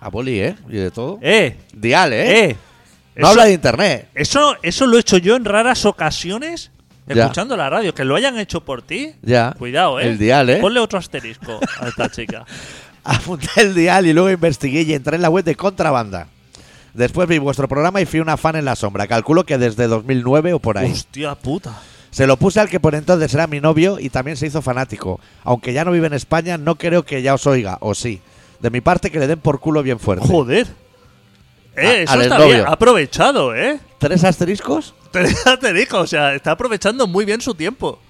S1: A boli, ¿eh? Y de todo.
S2: ¡Eh!
S1: Dial, ¿eh?
S2: ¡Eh!
S1: No
S2: Eso-
S1: habla de internet.
S2: Eso, eso lo he hecho yo en raras ocasiones
S1: Ya.
S2: escuchando la radio. Que lo hayan hecho por ti.
S1: Ya.
S2: Cuidado, ¿eh?
S1: El dial, ¿eh?
S2: Ponle otro asterisco a esta chica.
S1: Apunté el dial y luego investigué y entré en la web de Contrabanda. Después vi vuestro programa y fui una fan en la sombra. Calculo que desde 2009 o por ahí.
S2: Hostia puta.
S1: Se lo puse al que por entonces era mi novio y también se hizo fanático. Aunque ya no vive en España, no creo que ya os oiga, o sí. De mi parte, que le den por culo bien fuerte.
S2: Joder. Eh,
S1: A-
S2: eso
S1: al
S2: está
S1: exnovio.
S2: bien. Ha aprovechado, ¿eh?
S1: ¿Tres asteriscos?
S2: Te, te digo, o sea, está aprovechando muy bien su tiempo.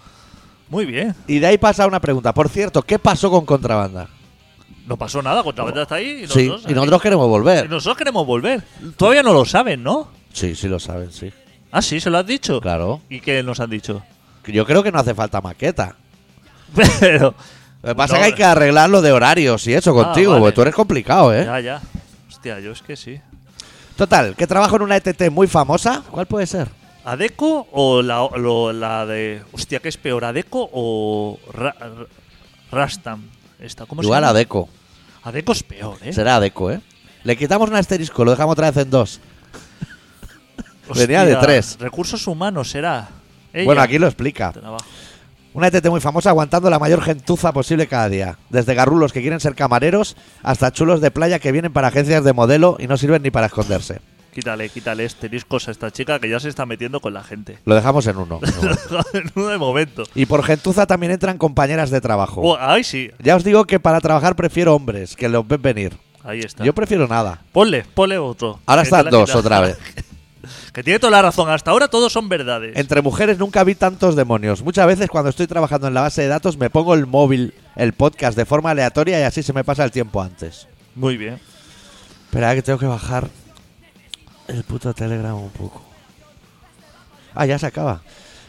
S2: Muy bien.
S1: Y de ahí pasa una pregunta. Por cierto, ¿qué pasó con Contrabanda?
S2: No pasó nada, Contrabanda está ahí y
S1: sí,
S2: nosotros,
S1: y nosotros queremos volver.
S2: y nosotros queremos volver. Todavía no lo saben, ¿no?
S1: Sí, sí lo saben, sí.
S2: Ah, sí, se lo has dicho.
S1: Claro.
S2: ¿Y qué nos han dicho?
S1: Yo creo que no hace falta maqueta.
S2: Pero.
S1: Lo que pasa
S2: No, eh, Ah,
S1: es que hay que arreglar lo de horarios y eso contigo,
S2: vale.
S1: porque tú eres complicado, ¿eh?
S2: Ya, ya. Hostia, yo es que sí.
S1: Total, que trabajo en una ETT muy famosa. ¿Cuál puede ser?
S2: ¿Adeco o la, lo- la de. Hostia, ¿qué es peor? ¿Adeco o. Ra- Ra- Rastam? Esta, ¿Cómo
S1: Igual
S2: se llama?
S1: Adeco.
S2: Adeco es peor, ¿eh?
S1: Será Adeco, ¿eh? Le quitamos un asterisco, lo dejamos otra vez en dos.
S2: Hostia,
S1: venía de tres.
S2: Recursos humanos será. Ella.
S1: Bueno, aquí lo explica.
S2: Trabajo.
S1: Una ETT muy famosa aguantando la mayor gentuza posible cada día. Desde garrulos que quieren ser camareros hasta chulos de playa que vienen para agencias de modelo y no sirven ni para esconderse.
S2: Quítale, quítale asteriscos a esta chica que ya se está metiendo con la gente.
S1: Lo dejamos en uno.
S2: No de momento.
S1: y por gentuza también entran compañeras de trabajo.
S2: Oh, ay, sí.
S1: Ya os digo que para trabajar prefiero hombres, que los ven venir.
S2: Ahí está.
S1: Yo prefiero nada.
S2: Ponle, ponle otro.
S1: Ahora
S2: Que
S1: están
S2: te la-
S1: dos otra vez.
S2: Que tiene toda la razón. Hasta ahora todos son verdades.
S1: Entre mujeres nunca vi tantos demonios. Muchas veces cuando estoy trabajando en la base de datos me pongo el móvil, el podcast de forma aleatoria y así se me pasa el tiempo antes.
S2: Muy bien.
S1: Espera que tengo que bajar el puto Telegram un poco. Ah, ya se acaba.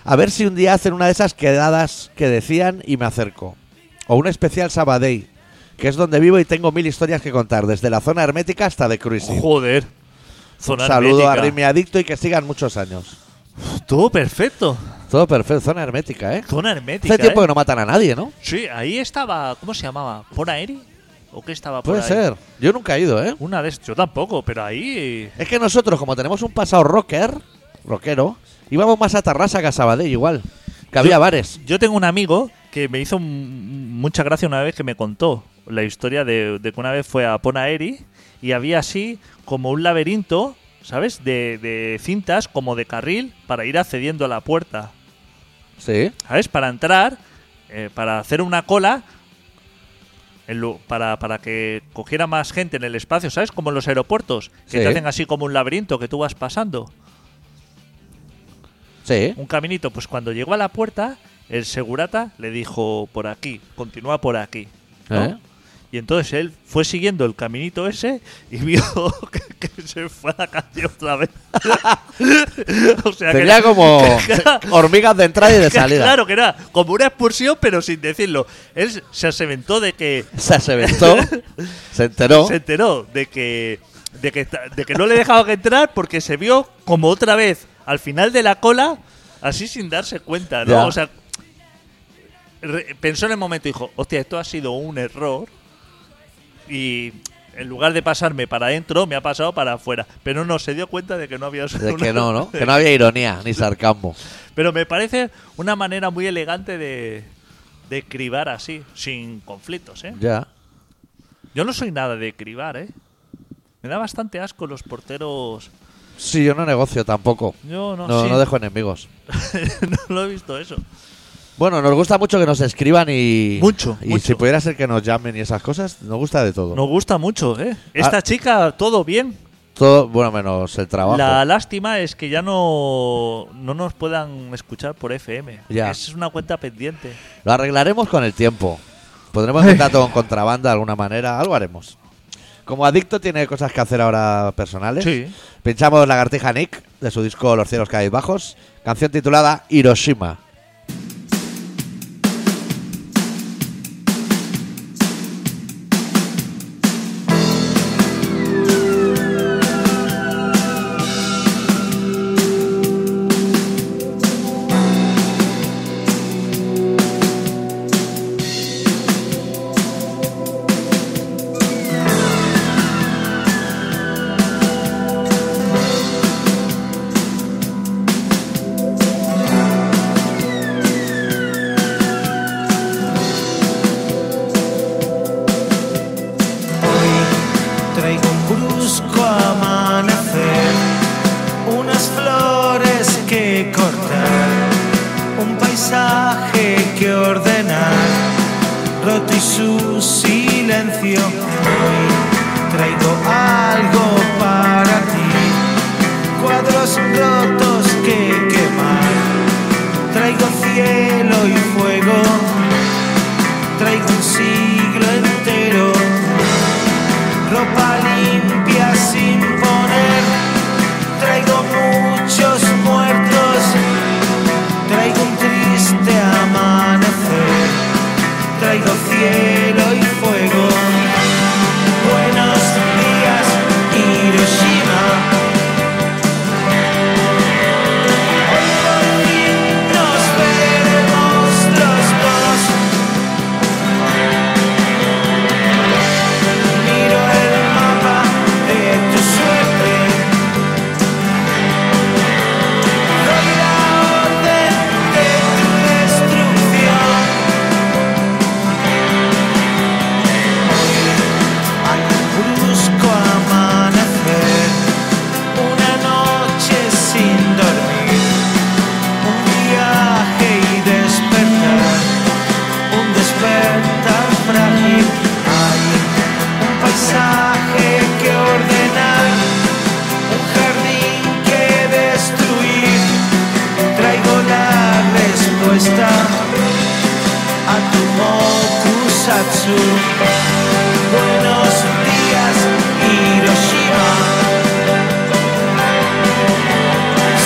S1: A ver si un día hacen una de esas quedadas que decían y me acerco. O un especial Sabadell, que es donde vivo y tengo mil historias que contar, desde la zona hermética hasta de cruising.
S2: Joder. Zona
S1: Un saludo a
S2: hermética.
S1: Rimi Adicto y que sigan muchos años.
S2: Todo perfecto.
S1: Todo perfecto, zona hermética, ¿eh?
S2: Zona hermética.
S1: Hace tiempo
S2: ¿eh?
S1: que no matan a nadie, ¿no?
S2: Sí, ahí estaba. ¿Cómo se llamaba? ¿Ponaeri? ¿O qué estaba por
S1: Puede
S2: ahí?
S1: ser. Yo nunca he ido, ¿eh?
S2: Una de estas. Yo tampoco, pero ahí.
S1: Es que nosotros, como tenemos un pasado rocker, rockero, íbamos más a Tarrasa que a Sabadell igual. Que había
S2: Yo-
S1: bares.
S2: Yo tengo un amigo que me hizo m- mucha gracia una vez que me contó la historia de, de que una vez fue a Ponaeri y había así como un laberinto, ¿sabes? De, de cintas como de carril para ir accediendo a la puerta,
S1: Sí.
S2: ¿sabes? Para entrar, eh, para hacer una cola, en lu- para, para que cogiera más gente en el espacio, ¿sabes? Como en los aeropuertos,
S1: Sí.
S2: que te hacen así como un laberinto que tú vas pasando
S1: Sí.
S2: un caminito. Pues cuando llegó a la puerta, el segurata le dijo por aquí, continúa por aquí. ¿no?
S1: ¿Eh?
S2: Y entonces él fue siguiendo el caminito ese y vio que, que se fue a la calle otra vez. o sea que
S1: Tenía
S2: era-
S1: como
S2: era-
S1: hormigas de entrada y de
S2: que-
S1: salida.
S2: Claro que era como una expulsión, pero sin decirlo. Él se aseventó de que
S1: Se aseventó, se enteró.
S2: se enteró de que, de que, ta- de que no le dejaban entrar porque se vio como otra vez al final de la cola así sin darse cuenta, ¿no?
S1: Ya.
S2: O sea, re- pensó en el momento y dijo, hostia, esto ha sido un error y en lugar de pasarme para adentro, me ha pasado para afuera. Pero no, se dio cuenta de que no había
S1: De
S2: sido
S1: que
S2: una-
S1: no, ¿no? Que no había ironía ni sarcasmo.
S2: Pero me parece una manera muy elegante de, de cribar así, sin conflictos, ¿eh?
S1: Ya.
S2: Yo no soy nada de cribar, ¿eh? Me da bastante asco los porteros.
S1: Sí, yo no negocio tampoco.
S2: Yo no,
S1: No,
S2: sí.
S1: no dejo enemigos.
S2: No lo he visto eso.
S1: Bueno, nos gusta mucho que nos escriban y.
S2: Mucho,
S1: Y
S2: mucho.
S1: si pudiera ser que nos llamen y esas cosas, nos gusta de todo.
S2: Nos gusta mucho, ¿eh? Esta
S1: Ah.
S2: chica, todo bien.
S1: Todo, bueno, menos el trabajo.
S2: La lástima es que ya no, no nos puedan escuchar por FM.
S1: Ya.
S2: Es una cuenta pendiente.
S1: Lo arreglaremos con el tiempo. Pondremos contacto con contrabanda de alguna manera, algo haremos. Como adicto tiene cosas que hacer ahora personales.
S2: Sí.
S1: Pinchamos Lagartija Nick de su disco Los cielos bajos, canción titulada Hiroshima.
S3: Hoy traigo un brusco amanecer, unas flores que cortar, un paisaje que ordenar, roto y su silencio. Hoy traigo algo para ti, cuadros rotos que quemar, traigo cielo y fuego, traigo un siglo entero ropa limpia sin poner. Traigo muchos muertos, traigo un triste amanecer, traigo cielo y fuego. Buenos días, Hiroshima. Hoy por fin nos veremos los dos. Miro el mapa de tu suerte. Doy la orden de tu destrucción. Al brusco amanecer, una noche sin dormir, un viaje y despertar un despertar frágil. Hay un paisaje que ordenar, un jardín que destruir. Traigo la respuesta a tu mokusatsu. Buenos días, Hiroshima.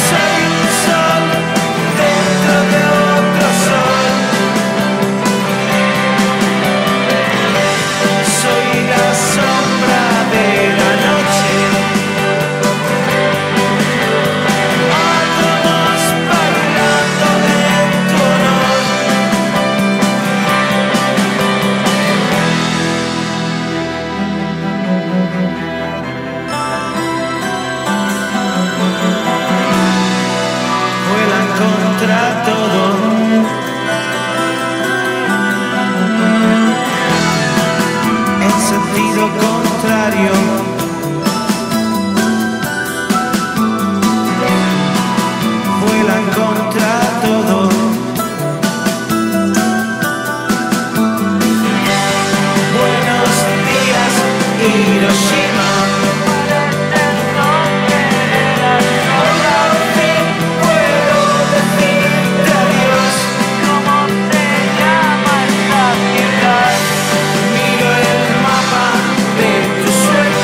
S3: Soy un sol dentro de otro sol. Soy la sombra de la noche. Átomos bailando de tu honor. Vuelan contra todo. en sentido contrario. Vuelan contra todo. Buenos días, Hiroshima. Hoy al fin puedo decirte adiós. ¿Cómo se llama esta ciudad? Miro el mapa de tu suerte.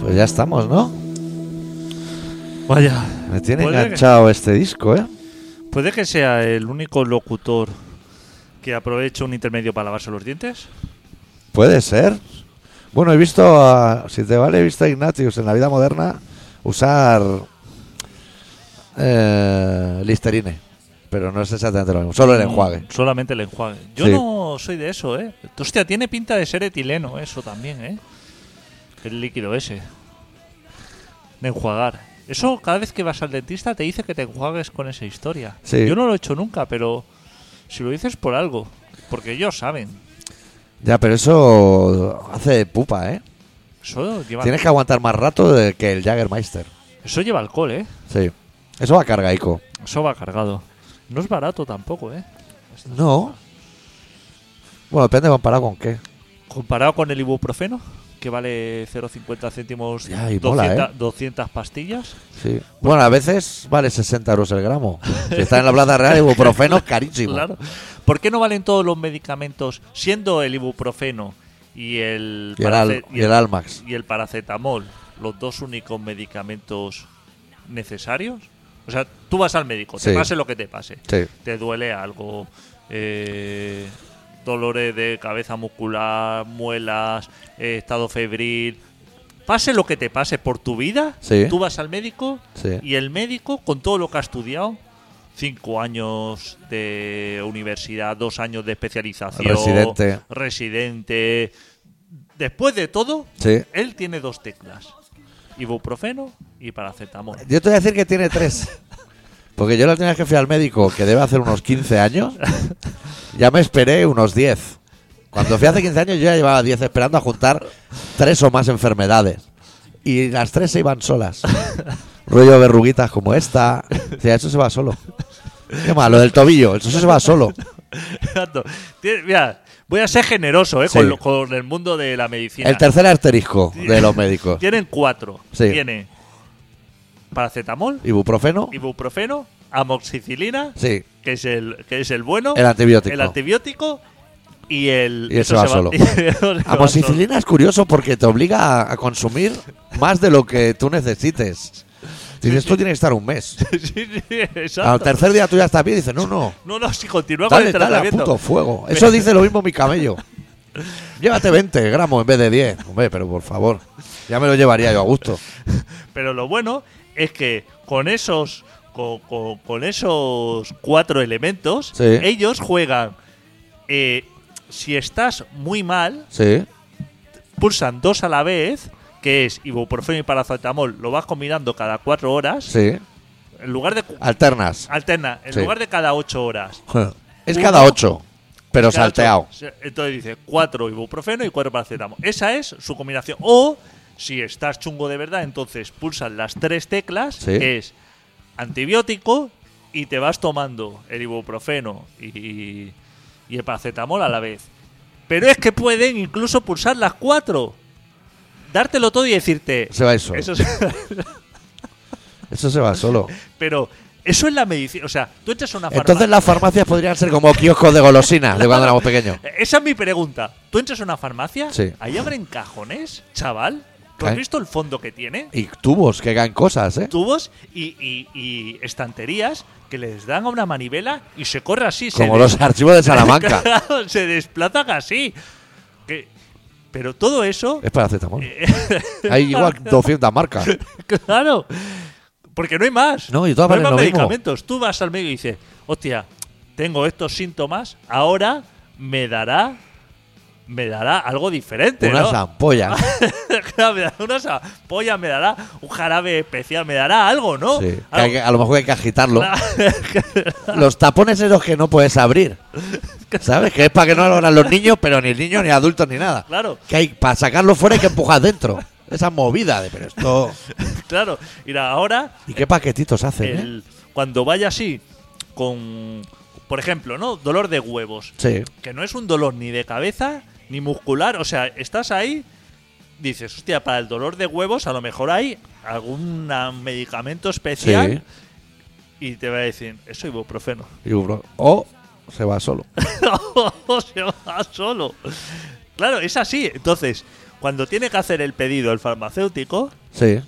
S1: Pues ya estamos, ¿no?
S2: Vaya.
S1: Me tiene
S2: Puede que-
S1: enganchado este disco, ¿eh?
S2: ¿Puede que sea el único locutor que aproveche un intermedio para lavarse los dientes?
S1: Puede ser. Bueno, he visto a. Si te vale, he visto a Ignatius en la vida moderna usar. eh, Listerine. Pero no es exactamente lo mismo. Solo el enjuague.
S2: Mm, Solamente el enjuague. Yo
S1: Sí.
S2: no soy de eso, ¿eh? Hostia, tiene pinta de ser etileno eso también, ¿eh? El líquido ese. De enjuagar. Eso cada vez que vas al dentista te dice que te enjuagues con esa historia.
S1: Sí.
S2: Yo no lo he hecho nunca, pero si lo dices por algo, porque ellos saben.
S1: Ya, pero eso hace pupa, ¿eh?
S2: Eso lleva,
S1: Tienes que aguantar más rato de que el Jaggermeister.
S2: eso lleva alcohol, ¿eh?
S1: Sí. Eso va cargaico.
S2: Eso va cargado. No es barato tampoco, ¿eh?
S1: No. Bueno, depende comparado con qué.
S2: Comparado con el ibuprofeno, que vale 0,50 céntimos
S1: Ya, y mola,
S2: 200
S1: ¿eh?
S2: 200 pastillas.
S1: Sí. Bueno, a veces vale 60 euros el gramo. Si está en la Plaza Real, ibuprofeno es carísimo.
S2: Claro. ¿Por qué no valen todos los medicamentos, siendo el ibuprofeno y el,
S1: Y el,
S2: parace-
S1: al- y el Almax.
S2: y el paracetamol los dos únicos medicamentos necesarios? O sea, tú vas al médico, te
S1: Sí.
S2: pase lo que te pase.
S1: Sí.
S2: Te duele algo, eh, dolores de cabeza muscular, muelas, eh, estado febril. Pase lo que te pase por tu vida,
S1: Sí.
S2: tú vas al médico
S1: Sí.
S2: y el médico, con todo lo que ha estudiado, cinco años de universidad, dos años de especialización,
S1: Residente.
S2: residente, después de todo,
S1: Sí.
S2: él tiene dos teclas, ibuprofeno y paracetamol.
S1: Yo te voy a decir que tiene tres. Porque yo la tenía que fui al médico, que debe hacer unos 15 años. Ya me esperé unos 10. Cuando fui hace 15 años, yo ya llevaba 10 esperando a juntar tres o más enfermedades. Y las tres se iban solas. Rollo verruguitas como esta. Decía, eso se va solo. Qué malo, del tobillo. Eso se va solo.
S2: Exacto. Tiene- mira, voy a ser generoso eh,
S1: Sí.
S2: con, lo- con el mundo de la medicina.
S1: El tercer asterisco de los médicos.
S2: Tienen cuatro.
S1: Sí.
S2: Tiene paracetamol,
S1: Ibuprofeno.
S2: ibuprofeno, amoxicilina,
S1: Sí.
S2: que es el que es el bueno,
S1: El antibiótico.
S2: el antibiótico y el
S1: Y eso
S2: eso
S1: va
S2: se
S1: solo.
S2: y eso
S1: Ah,
S2: se va solo.
S1: Amoxicilina pues es curioso porque te obliga a, a consumir más de lo que tú necesites. Dices, tú tienes que estar un mes.
S2: Sí, sí, exacto.
S1: Al tercer día tú ya estás bien y dices, no, no,
S2: No, no, si continúa con
S1: Ah, dale,
S2: el
S1: dale a
S2: tratamiento.
S1: puto fuego. Eso dice lo mismo mi camello. Llévate 20 gramos en vez de 10. Hombre, pero por favor, ya me lo llevaría yo a gusto.
S2: Pero lo bueno es que con esos con, con- con esos cuatro elementos,
S1: Sí.
S2: ellos juegan. eh, si estás muy mal,
S1: Sí,
S2: pulsan dos a la vez, que es ibuprofeno y paracetamol, lo vas combinando cada cuatro horas.
S1: sí.
S2: En lugar de cu-
S1: Alternas.
S2: alterna, en
S1: Sí.
S2: lugar de cada ocho horas.
S1: Es cada 8, pero
S2: Cada
S1: salteado.
S2: ocho- Entonces dice cuatro ibuprofeno y cuatro paracetamol. Esa es su combinación. O si estás chungo de verdad, entonces pulsas las tres teclas,
S1: Sí.
S2: que es antibiótico y te vas tomando el ibuprofeno y, y el paracetamol a la vez. Pero es que pueden incluso pulsar las cuatro. Dártelo todo y decirte.
S1: Se va a ir solo.
S2: Eso es-
S1: Eso se va solo.
S2: pero eso es la medicina. O sea, tú entras a una farmacia.
S1: Entonces las farmacias podrían ser como kioscos de golosinas de cuando éramos pequeños.
S2: Esa es mi pregunta. ¿Tú entras a una farmacia?
S1: Sí.
S2: Ahí abren cajones, chaval. ¿Tú has
S1: Ca-
S2: visto el fondo que tiene?
S1: Y tubos que caen cosas, ¿eh?
S2: Tubos y, y- y estanterías que les dan a una manivela y se corre así. se
S1: Como
S2: des-
S1: los archivos de Salamanca.
S2: Claro, se desplazan así. Que- Pero todo eso,
S1: es para acetamol. Eh, Hay igual 200 marcas.
S2: claro. Porque no hay más.
S1: No, y todas
S2: hay
S1: valen
S2: más
S1: lo mismo.
S2: medicamentos. Tú vas al médico y dices, hostia, tengo estos síntomas, ahora me dará. Me dará algo diferente.
S1: Unas
S2: ¿no?
S1: ampollas.
S2: Claro, me dará unas ampollas, me dará un jarabe especial, me dará algo, ¿no?
S1: Sí. Que hay
S2: Algo.
S1: que- a lo mejor hay que agitarlo. Los tapones esos que no puedes abrir. ¿Sabes? Que es para que no lo hagan los niños, pero ni niños, ni adultos, ni nada.
S2: Claro.
S1: Que hay, para sacarlo fuera hay que empujar dentro. Esa movida de, pero esto.
S2: Claro, mira, ahora
S1: ¿Y qué paquetitos hacen? eh?
S2: el- cuando vaya así con, por ejemplo, ¿no? Dolor de huevos,
S1: Sí.
S2: que no es un dolor ni de cabeza ni muscular, o sea, estás ahí, dices, hostia, para el dolor de huevos a lo mejor hay algún ah, medicamento especial y te va a decir, eso ibuprofeno.
S1: Y uno- o se va solo.
S2: No, se va solo. Claro, es así. Entonces, cuando tiene que hacer el pedido el farmacéutico,
S1: Sí.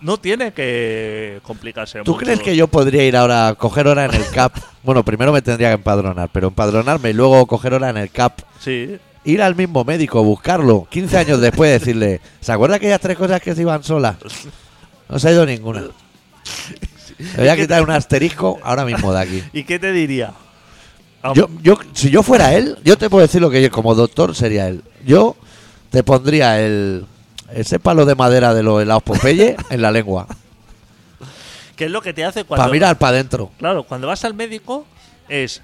S2: No tiene que complicarse
S1: ¿Tú
S2: mucho.
S1: crees que yo podría ir ahora a coger hora en el CAP? bueno, primero me tendría que empadronar, pero empadronarme y luego coger hora en el CAP.
S2: Sí.
S1: Ir al mismo médico, buscarlo, 15 años después decirle, ¿se acuerda aquellas tres cosas que se iban solas? No se ha ido ninguna. Le voy a quitar un asterisco ahora mismo de aquí.
S2: ¿Y qué te diría? Ah,
S1: Yo, yo, si yo fuera él, yo te puedo decir lo que yo, como doctor sería él. Yo te pondría el ese palo de madera de los helados Popeye en la lengua.
S2: ¿Qué es lo que te hace cuando.
S1: Para mirar para adentro.
S2: Claro, cuando vas al médico es.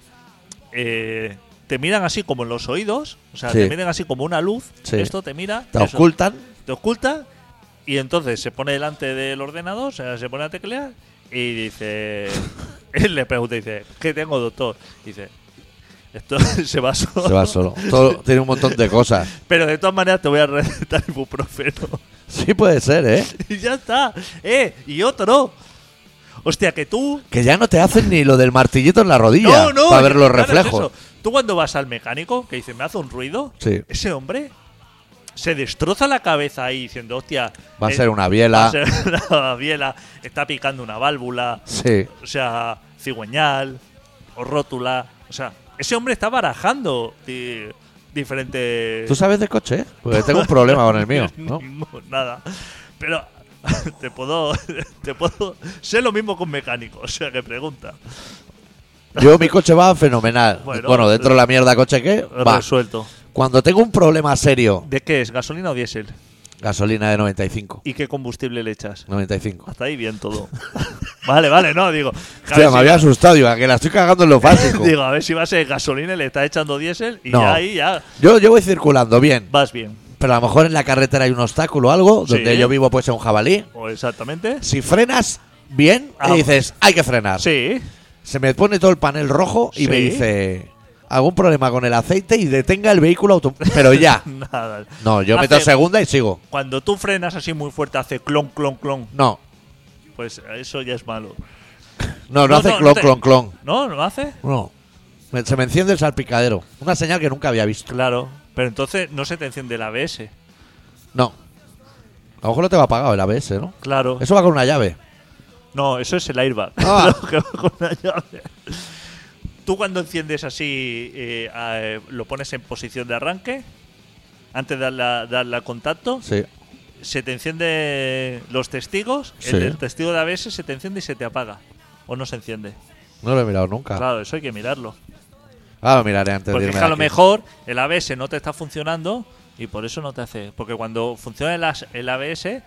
S2: eh, te miran así como en los oídos, o sea,
S1: Sí.
S2: te miran así como una luz.
S1: Sí.
S2: Esto te mira,
S1: Te
S2: eso,
S1: ocultan.
S2: te oculta, y entonces se pone delante del ordenador, o sea, se pone a teclear y dice. él le pregunta, dice, ¿qué tengo, doctor? Dice, esto se va solo.
S1: Se va solo. Todo- tiene un montón de cosas.
S2: Pero de todas maneras te voy a recetar ibuprofeno.
S1: Sí puede ser, ¿eh?
S2: Y ya está. Eh, y otro. Hostia, que tú.
S1: Que ya no te hacen ni lo del martillito en la rodilla
S2: No, no.
S1: para ver los
S2: claro, es
S1: reflejos.
S2: eso. tú cuando vas al mecánico, que dice, me hace un ruido.
S1: Sí.
S2: Ese hombre se destroza la cabeza ahí diciendo, hostia.
S1: Va a
S2: eh,
S1: ser una
S2: va
S1: biela.
S2: a ser una biela. Está picando una válvula.
S1: Sí.
S2: O sea, cigüeñal. O rótula. O sea, ese hombre está barajando di- diferentes.
S1: ¿Tú sabes de coche? eh? Porque tengo un problema con el mío. ¿no?
S2: Ningún- Nada. Pero te puedo. Te puedo. Sé lo mismo con mecánico, o sea que pregunta.
S1: Yo, mi coche va fenomenal. Bueno,
S2: Bueno,
S1: dentro de la mierda coche que va.
S2: Resuelto.
S1: Cuando tengo un problema serio,
S2: ¿De qué es? ¿Gasolina o diésel?
S1: gasolina de 95.
S2: ¿Y qué combustible le echas?
S1: 95.
S2: Hasta ahí bien todo. vale, vale, no, digo. a
S1: Hostia,
S2: ver
S1: me
S2: si-
S1: había asustado, digo, a que la estoy cagando en lo básico.
S2: digo, a ver si va a ser gasolina y le está echando diésel y
S1: No.
S2: ya ahí ya
S1: Yo, yo voy circulando bien,
S2: vas bien.
S1: pero a lo mejor en la carretera hay un obstáculo o algo,
S2: Sí.
S1: donde yo vivo puede ser un jabalí.
S2: O exactamente.
S1: Si frenas bien,
S2: Ah.
S1: y dices, hay que frenar.
S2: Sí.
S1: Se me pone todo el panel rojo y me
S2: Sí.
S1: dice, algún problema con el aceite y detenga el vehículo auto. Pero ya.
S2: Nada.
S1: No, yo meto
S2: Hace-
S1: segunda y sigo.
S2: Cuando tú frenas así muy fuerte, hace clon, clon, clon.
S1: No,
S2: Pues eso ya es malo.
S1: no, no,
S2: No,
S1: hace
S2: no, no
S1: clon,
S2: te-
S1: clon, clon.
S2: ¿No? ¿No hace?
S1: No. Me- se me enciende el salpicadero. Una señal que nunca había visto.
S2: Claro, pero entonces no se te enciende el ABS.
S1: No. A lo mejor no te va apagado el ABS, ¿no?
S2: Claro.
S1: Eso va con una llave.
S2: No, eso es el airbag.
S1: Ah.
S2: Lo que va con la llave. Tú cuando enciendes así, eh, a, eh, lo pones en posición de arranque, antes de darle, a- darle a contacto,
S1: Sí.
S2: se te encienden los testigos,
S1: Sí.
S2: el, del testigo de ABS se te enciende y se te apaga. O no se enciende.
S1: No lo he mirado nunca.
S2: Claro, eso hay que mirarlo.
S1: Ahora lo miraré antes
S2: Porque
S1: de
S2: es
S1: irme.
S2: que
S1: de
S2: a lo
S1: aquí.
S2: mejor el ABS no te está funcionando y por eso no te hace. Porque cuando funciona el, as- el ABS,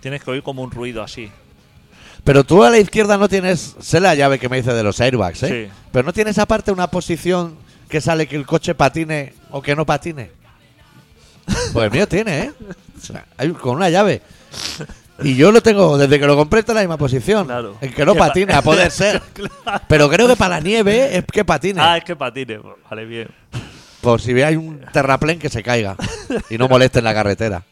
S2: tienes que oír como un ruido así.
S1: Pero tú a la izquierda no tienes. Sé la llave que me dice de los airbags, ¿eh?
S2: Sí.
S1: Pero no tienes aparte una posición que sale que el coche patine o que no patine. Pues el mío tiene, ¿eh? O sea, hay- con una llave. Y yo lo tengo desde que lo compré está en la misma posición.
S2: Claro.
S1: El que no
S2: Que pa-
S1: patine, a poder ser. Pero creo que para la nieve es que patine.
S2: Ah, es que patine. Vale, bien.
S1: Por si hay un terraplén que se caiga y no moleste en la carretera.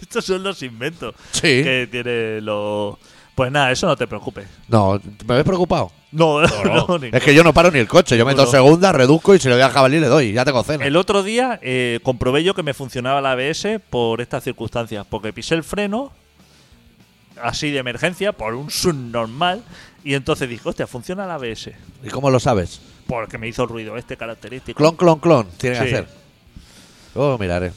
S2: Estos son los inventos
S1: Sí.
S2: que tiene los. Pues nada, eso no te preocupes.
S1: No, me habéis preocupado.
S2: No, no, ninguno.
S1: es que yo no paro ni el coche. Yo meto
S2: No.
S1: segunda, reduzco y si le doy al jabalí le doy. Ya tengo cena.
S2: El otro día eh, comprobé yo que me funcionaba el ABS por estas circunstancias, porque pisé el freno así de emergencia por un subnormal y entonces dije, hostia, funciona el ABS,
S1: ¿Y cómo lo sabes?
S2: porque me hizo ruido este característico.
S1: Clon, clon, clon. Tiene que
S2: Sí.
S1: hacer. Luego miraré.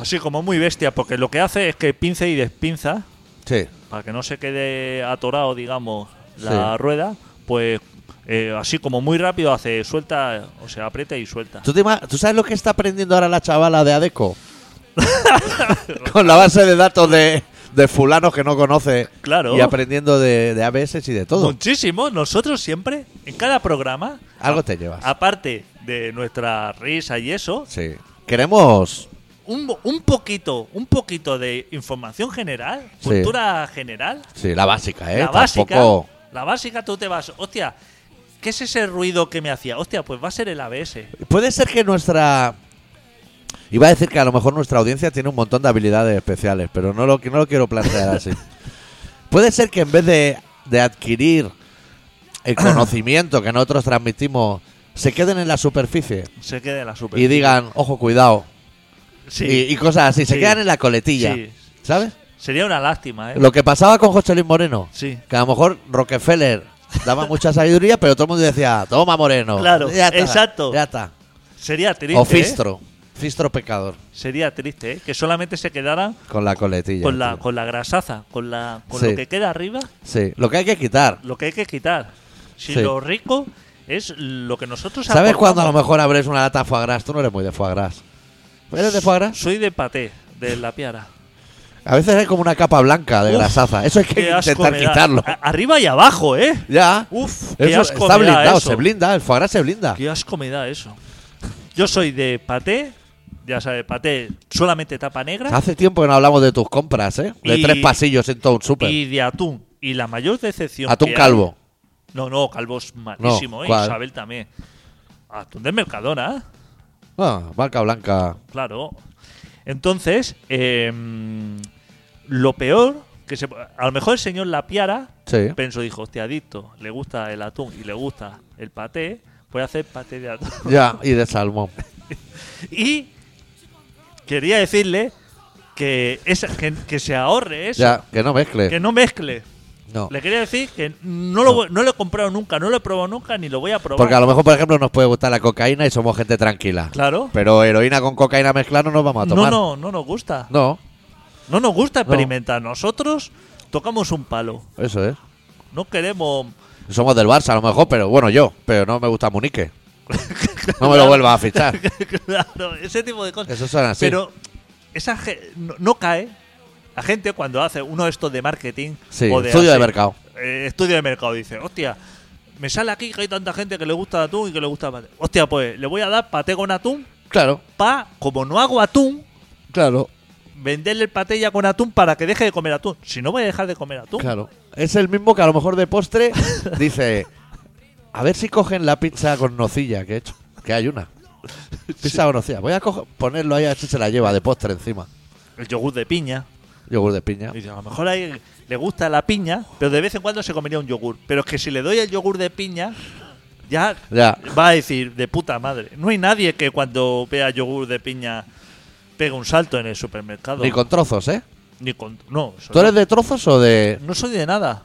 S2: Así como muy bestia, porque lo que hace es que pinza y despinza,
S1: Sí.
S2: para que no se quede atorado, digamos, la
S1: Sí.
S2: rueda, pues eh, así como muy rápido hace suelta, o sea, aprieta y suelta.
S1: ¿Tú, te ima- tú sabes lo que está aprendiendo ahora la chavala de Adeco? Con la base de datos de, de fulanos que no conoce.
S2: Claro.
S1: Y aprendiendo de, de ABS y de todo.
S2: Muchísimo, nosotros siempre, en cada programa,
S1: Algo te llevas.
S2: aparte de nuestra risa y eso,
S1: Sí. Queremos.
S2: un, un poquito, un poquito de información general,
S1: Sí.
S2: cultura general,
S1: Sí, la básica, ¿eh?
S2: la básica,
S1: Tampoco.
S2: la básica tú te vas, hostia, ¿qué es ese ruido que me hacía? Hostia, pues va a ser el ABS.
S1: Puede ser que nuestra. Iba a decir que a lo mejor nuestra audiencia tiene un montón de habilidades especiales, pero no lo, no lo quiero plantear así. Puede ser que en vez de, de adquirir el conocimiento que nosotros transmitimos, se queden en la superficie
S2: Se quede la super.
S1: y digan, ojo, cuidado,
S2: Sí.
S1: y, y cosas así, se
S2: Sí.
S1: quedan en la coletilla,
S2: Sí.
S1: ¿sabes?
S2: Sería una lástima, ¿eh?
S1: Lo que pasaba con José Luis Moreno,
S2: Sí.
S1: que a lo mejor Rockefeller daba mucha sabiduría, pero todo el mundo decía, toma Moreno.
S2: Claro,
S1: Ya está,
S2: exacto.
S1: Ya está.
S2: Sería triste.
S1: O
S2: ¿eh?
S1: Fistro. Fistro pecador.
S2: Sería triste, ¿eh? Que solamente se quedara
S1: Con la coletilla.
S2: con la,
S1: tío.
S2: con la grasaza, con, la, con
S1: Sí.
S2: lo que queda arriba,
S1: Sí, lo que hay que quitar.
S2: lo que hay que quitar. Si
S1: Sí.
S2: lo rico es lo que nosotros
S1: ¿Sabes
S2: aportamos.
S1: cuándo a lo mejor abres una lata de foie gras? Tú no eres muy de foie gras. ¿Eres de foie gras?
S2: Soy de paté, de la piara.
S1: A veces hay como una capa blanca de
S2: Uf,
S1: grasaza. Eso hay que
S2: Qué asco
S1: intentar
S2: me da.
S1: quitarlo.
S2: A- arriba y abajo, ¿eh?
S1: Ya.
S2: Uf, qué
S1: Eso
S2: asco
S1: está
S2: me da
S1: blindado,
S2: eso.
S1: se blinda. El foie gras se blinda.
S2: Qué asco me da eso. Yo soy de paté, ya sabes, paté solamente tapa negra
S1: Hace tiempo que no hablamos de tus compras, ¿eh? De
S2: Y-
S1: tres pasillos en todo un súper.
S2: y de atún. Y la mayor decepción.
S1: Atún
S2: que
S1: calvo.
S2: hay- No, no, calvo es malísimo,
S1: No,
S2: ¿eh?
S1: ¿cuál?
S2: Isabel también. Atún de Mercadona,
S1: Ah, marca blanca.
S2: claro. Entonces, eh, lo peor que se. A lo mejor el señor La Piara
S1: Sí.
S2: pensó, dijo, hostia, adicto, le gusta el atún y le gusta el paté, puede hacer paté de atún.
S1: Ya, y de salmón.
S2: Y quería decirle que, esa, que, que se ahorre eso,
S1: Ya, que no mezcle.
S2: que no mezcle.
S1: No.
S2: Le quería decir que no lo, voy- no lo he comprado nunca, no lo he probado nunca, ni lo voy a probar.
S1: Porque a lo mejor, por ejemplo, nos puede gustar la cocaína y somos gente tranquila.
S2: claro.
S1: Pero heroína con cocaína mezclada no nos vamos a
S2: No,
S1: tomar.
S2: no, no nos gusta.
S1: No,
S2: No nos gusta experimentar. Nosotros tocamos un palo.
S1: eso es.
S2: No queremos...
S1: Somos del Barça a lo mejor, pero bueno, yo. Pero no me gusta Munique. No me lo vuelvas a fichar.
S2: claro, ese tipo de cosas.
S1: Eso suena así.
S2: Pero esa ge- no, no cae. La gente cuando hace uno de estos de marketing
S1: Sí,
S2: o de
S1: estudio de
S2: hacer-
S1: mercado.
S2: eh, estudio de mercado dice, hostia, me sale aquí que hay tanta gente que le gusta atún y que le gusta paté. Hostia, pues le voy a dar paté con atún
S1: Claro,
S2: pa, como no hago atún,
S1: claro,
S2: venderle el paté ya con atún para que deje de comer atún. Si no voy a dejar de comer atún.
S1: claro. Es el mismo que a lo mejor de postre dice: A ver si cogen la pizza con nocilla que he hecho. Que hay una. Pizza con nocilla. Voy a coger- ponerlo ahí a ver si se la lleva de postre encima.
S2: El yogur de piña.
S1: Yogur de piña.
S2: Dice, a lo mejor a él le gusta la piña, pero de vez en cuando se comería un yogur. Pero es que si le doy el yogur de piña, ya,
S1: Ya.
S2: va a decir, de puta madre. No hay nadie que cuando vea yogur de piña pegue un salto en el supermercado.
S1: Ni con trozos, ¿eh?
S2: Ni con- no, eso
S1: ¿Tú eres de trozos o de.?
S2: No soy de nada.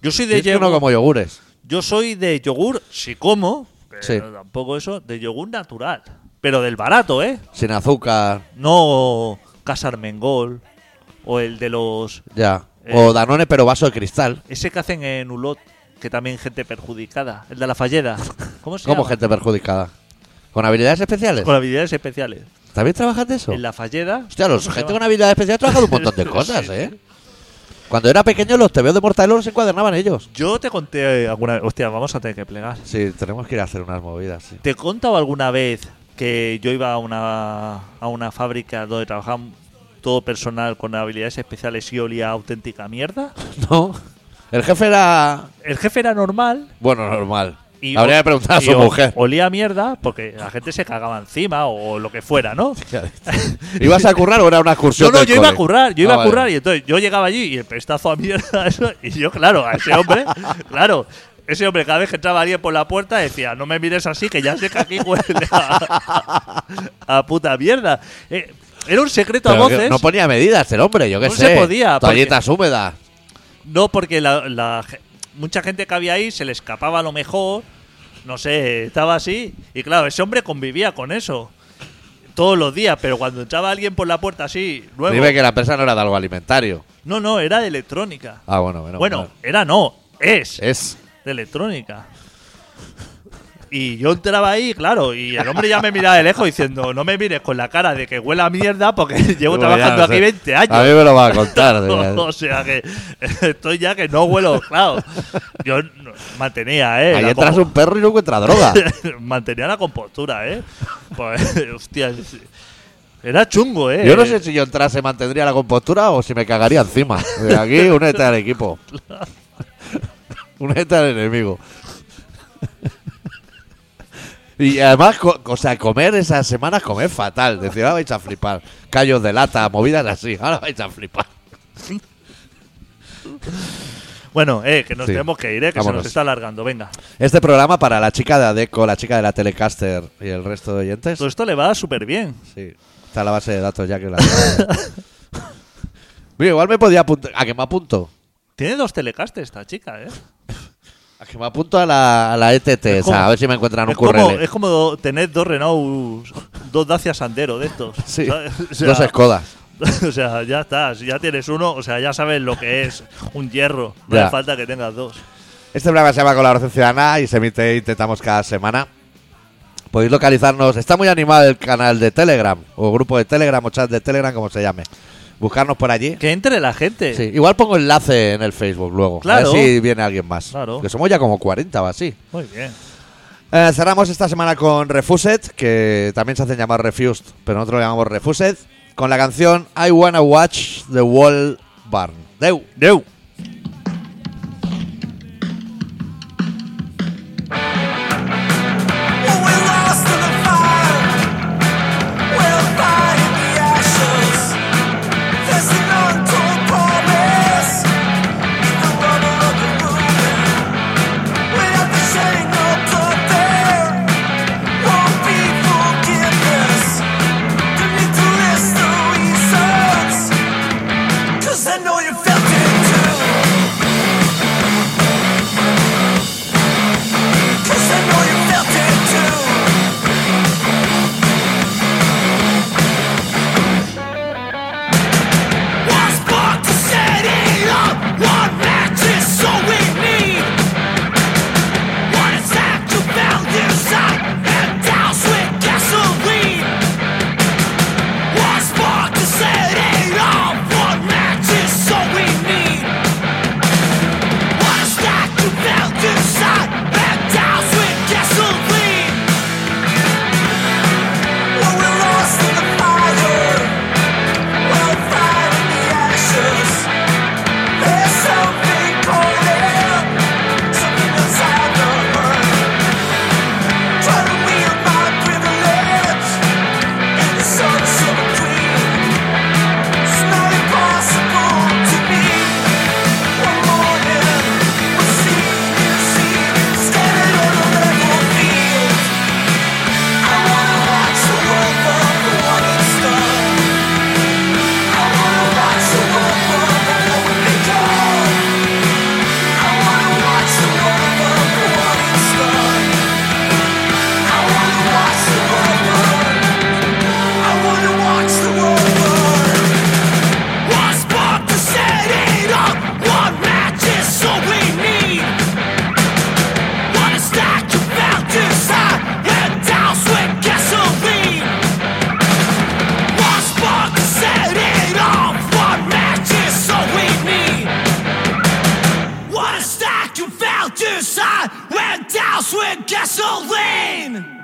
S2: Yo soy de
S1: Dice uno
S2: yogur.
S1: como yogures.
S2: Yo soy de yogur, si como, pero
S1: Sí.
S2: tampoco eso, de yogur natural. Pero del barato, ¿eh?
S1: Sin azúcar,
S2: No Casarmengol o el de los.
S1: ya.
S2: Eh.
S1: O Danone, pero vaso de cristal.
S2: Ese que hacen en Ulot, que también gente perjudicada. El de la falleda. ¿Cómo se
S1: Como
S2: llama?
S1: gente perjudicada. ¿Con habilidades especiales?
S2: Con habilidades especiales.
S1: ¿También trabajas de eso?
S2: En la falleda.
S1: Hostia, los
S2: ¿cómo se
S1: gente con
S2: llama?
S1: habilidades especiales ha trabajado un montón de cosas,
S2: Sí.
S1: ¿eh? Cuando era pequeño los TVO de Mortadelo los encuadernaban ellos.
S2: Yo te conté alguna vez. Hostia, vamos a tener que plegar.
S1: Sí, tenemos que ir a hacer unas movidas, sí.
S2: ¿Te he contado alguna vez que yo iba a una, a una fábrica donde trabajaban todo personal con habilidades especiales y olía a auténtica mierda?
S1: ¿No? El jefe era...
S2: El jefe era normal.
S1: Bueno, normal.
S2: Y
S1: Habría
S2: ol-
S1: que preguntar a
S2: y
S1: su
S2: ol-
S1: mujer.
S2: Olía a mierda porque la gente se cagaba encima o lo que fuera, ¿no?
S1: ¿Ibas a currar o era una
S2: Yo
S1: excursión
S2: no,
S1: del
S2: yo iba a
S1: cole?
S2: currar, yo iba
S1: Ah,
S2: a
S1: vale.
S2: currar y entonces yo llegaba allí y el pestazo a mierda, eso, y yo, claro, a ese hombre, claro, ese hombre cada vez que entraba alguien por la puerta decía, no me mires así, que ya sé que aquí huele a, a puta mierda. Eh, era un secreto
S1: Pero
S2: a
S1: que
S2: voces,
S1: No
S2: no,
S1: ponía medidas el hombre, yo qué
S2: No
S1: sé.
S2: se podía, porque-
S1: Toallitas húmedas.
S2: porque la, la ge- mucha gente que había ahí se le escapaba a lo mejor, no sé, estaba así, y claro, ese hombre convivía con eso. Todos los días, pero cuando entraba alguien por la puerta así, nuevo.
S1: Dime que la empresa no era de algo alimentario.
S2: No, no, era de electrónica.
S1: Ah, bueno, bueno.
S2: bueno,
S1: bueno.
S2: era no, es
S1: Es...
S2: de electrónica. Y yo entraba ahí, claro, y el hombre ya me miraba de lejos diciendo, no me mires con la cara de que huela a mierda porque llevo
S1: Bueno,
S2: trabajando
S1: ya,
S2: aquí
S1: o sea,
S2: 20
S1: A
S2: años.
S1: mí me lo va a contar.
S2: o sea que estoy ya que no huelo, claro. Yo no- mantenía, ¿eh?
S1: Ahí
S2: la
S1: entras
S2: compo-
S1: un perro y no encuentra droga.
S2: mantenía la compostura, ¿eh? Pues, hostia, era chungo, ¿eh?
S1: Yo no sé si yo entrase mantendría la compostura o si me cagaría encima. De aquí, únete al equipo. Únete al enemigo. Y además, co- o sea, comer esas semanas, comer fatal. Decir, ahora vais a flipar. Callos de lata, movidas así. Ahora vais a flipar.
S2: Bueno, eh, que nos
S1: Sí.
S2: tenemos que ir, ¿eh? Que se
S1: Vámonos.
S2: nos está alargando, venga.
S1: Este programa para la chica de Adeco, la chica de la Telecaster y el resto de oyentes.
S2: pues Todo esto le va súper bien.
S1: Sí. Está la base de datos ya que la. Mira, igual me podía apuntar. ¿A que me apunto?
S2: Tiene dos telecastes esta chica, ¿eh?
S1: A que me apunto a la, a la E ETT,
S2: Es
S1: esa,
S2: como-
S1: a ver si me encuentran un
S2: es, como,
S1: currele.
S2: es como do- tener dos Renault, dos Dacia Sandero de estos.
S1: Sí,
S2: ¿sabes? O sea,
S1: Dos escodas.
S2: o sea, ya estás, ya tienes uno, o sea, ya sabes lo que es un hierro. No
S1: Ya.
S2: hace falta que tengas dos.
S1: Este programa se llama Colaboración Ciudadana y se emite e intentamos cada semana. Podéis localizarnos. Está muy animado el canal de Telegram, o grupo de Telegram, o chat de Telegram, como se llame. Buscarnos por allí.
S2: Que entre la gente.
S1: Sí, Igual pongo enlace en el Facebook luego.
S2: Claro.
S1: A ver si viene alguien más.
S2: Claro.
S1: Que somos ya como 40 o así.
S2: Muy bien.
S1: Eh, cerramos esta semana con Refused, que también se hacen llamar Refused, pero nosotros lo llamamos Refused, con la canción I Wanna Watch the Wall Burn. Deu.
S2: Deu.
S4: Cause I know you felt it too Cause I know you felt it too. Was born to set it up. One match is so we need. What is that to values I and douse with gasoline? Was born to set it up. One match is so we need. What is that you felt inside? Back down with gasoline. When we're lost in the fire, we'll find in the ashes. There's something burning, something inside the hurt. Try to wield my privilege in the service of a queen. It's not impossible to me. I wanna watch the world burn for what it's done. I wanna watch the world burn for what we've done. I wanna watch the world burn for what it's done. I wanna watch the world burn. I wanna watch the world burn. Was born to set it up. One match is all we need. What is that you felt inside? And douse with gasoline. Was born to set it up. One match is all we need. What is that you felt inside? And douse with gasoline.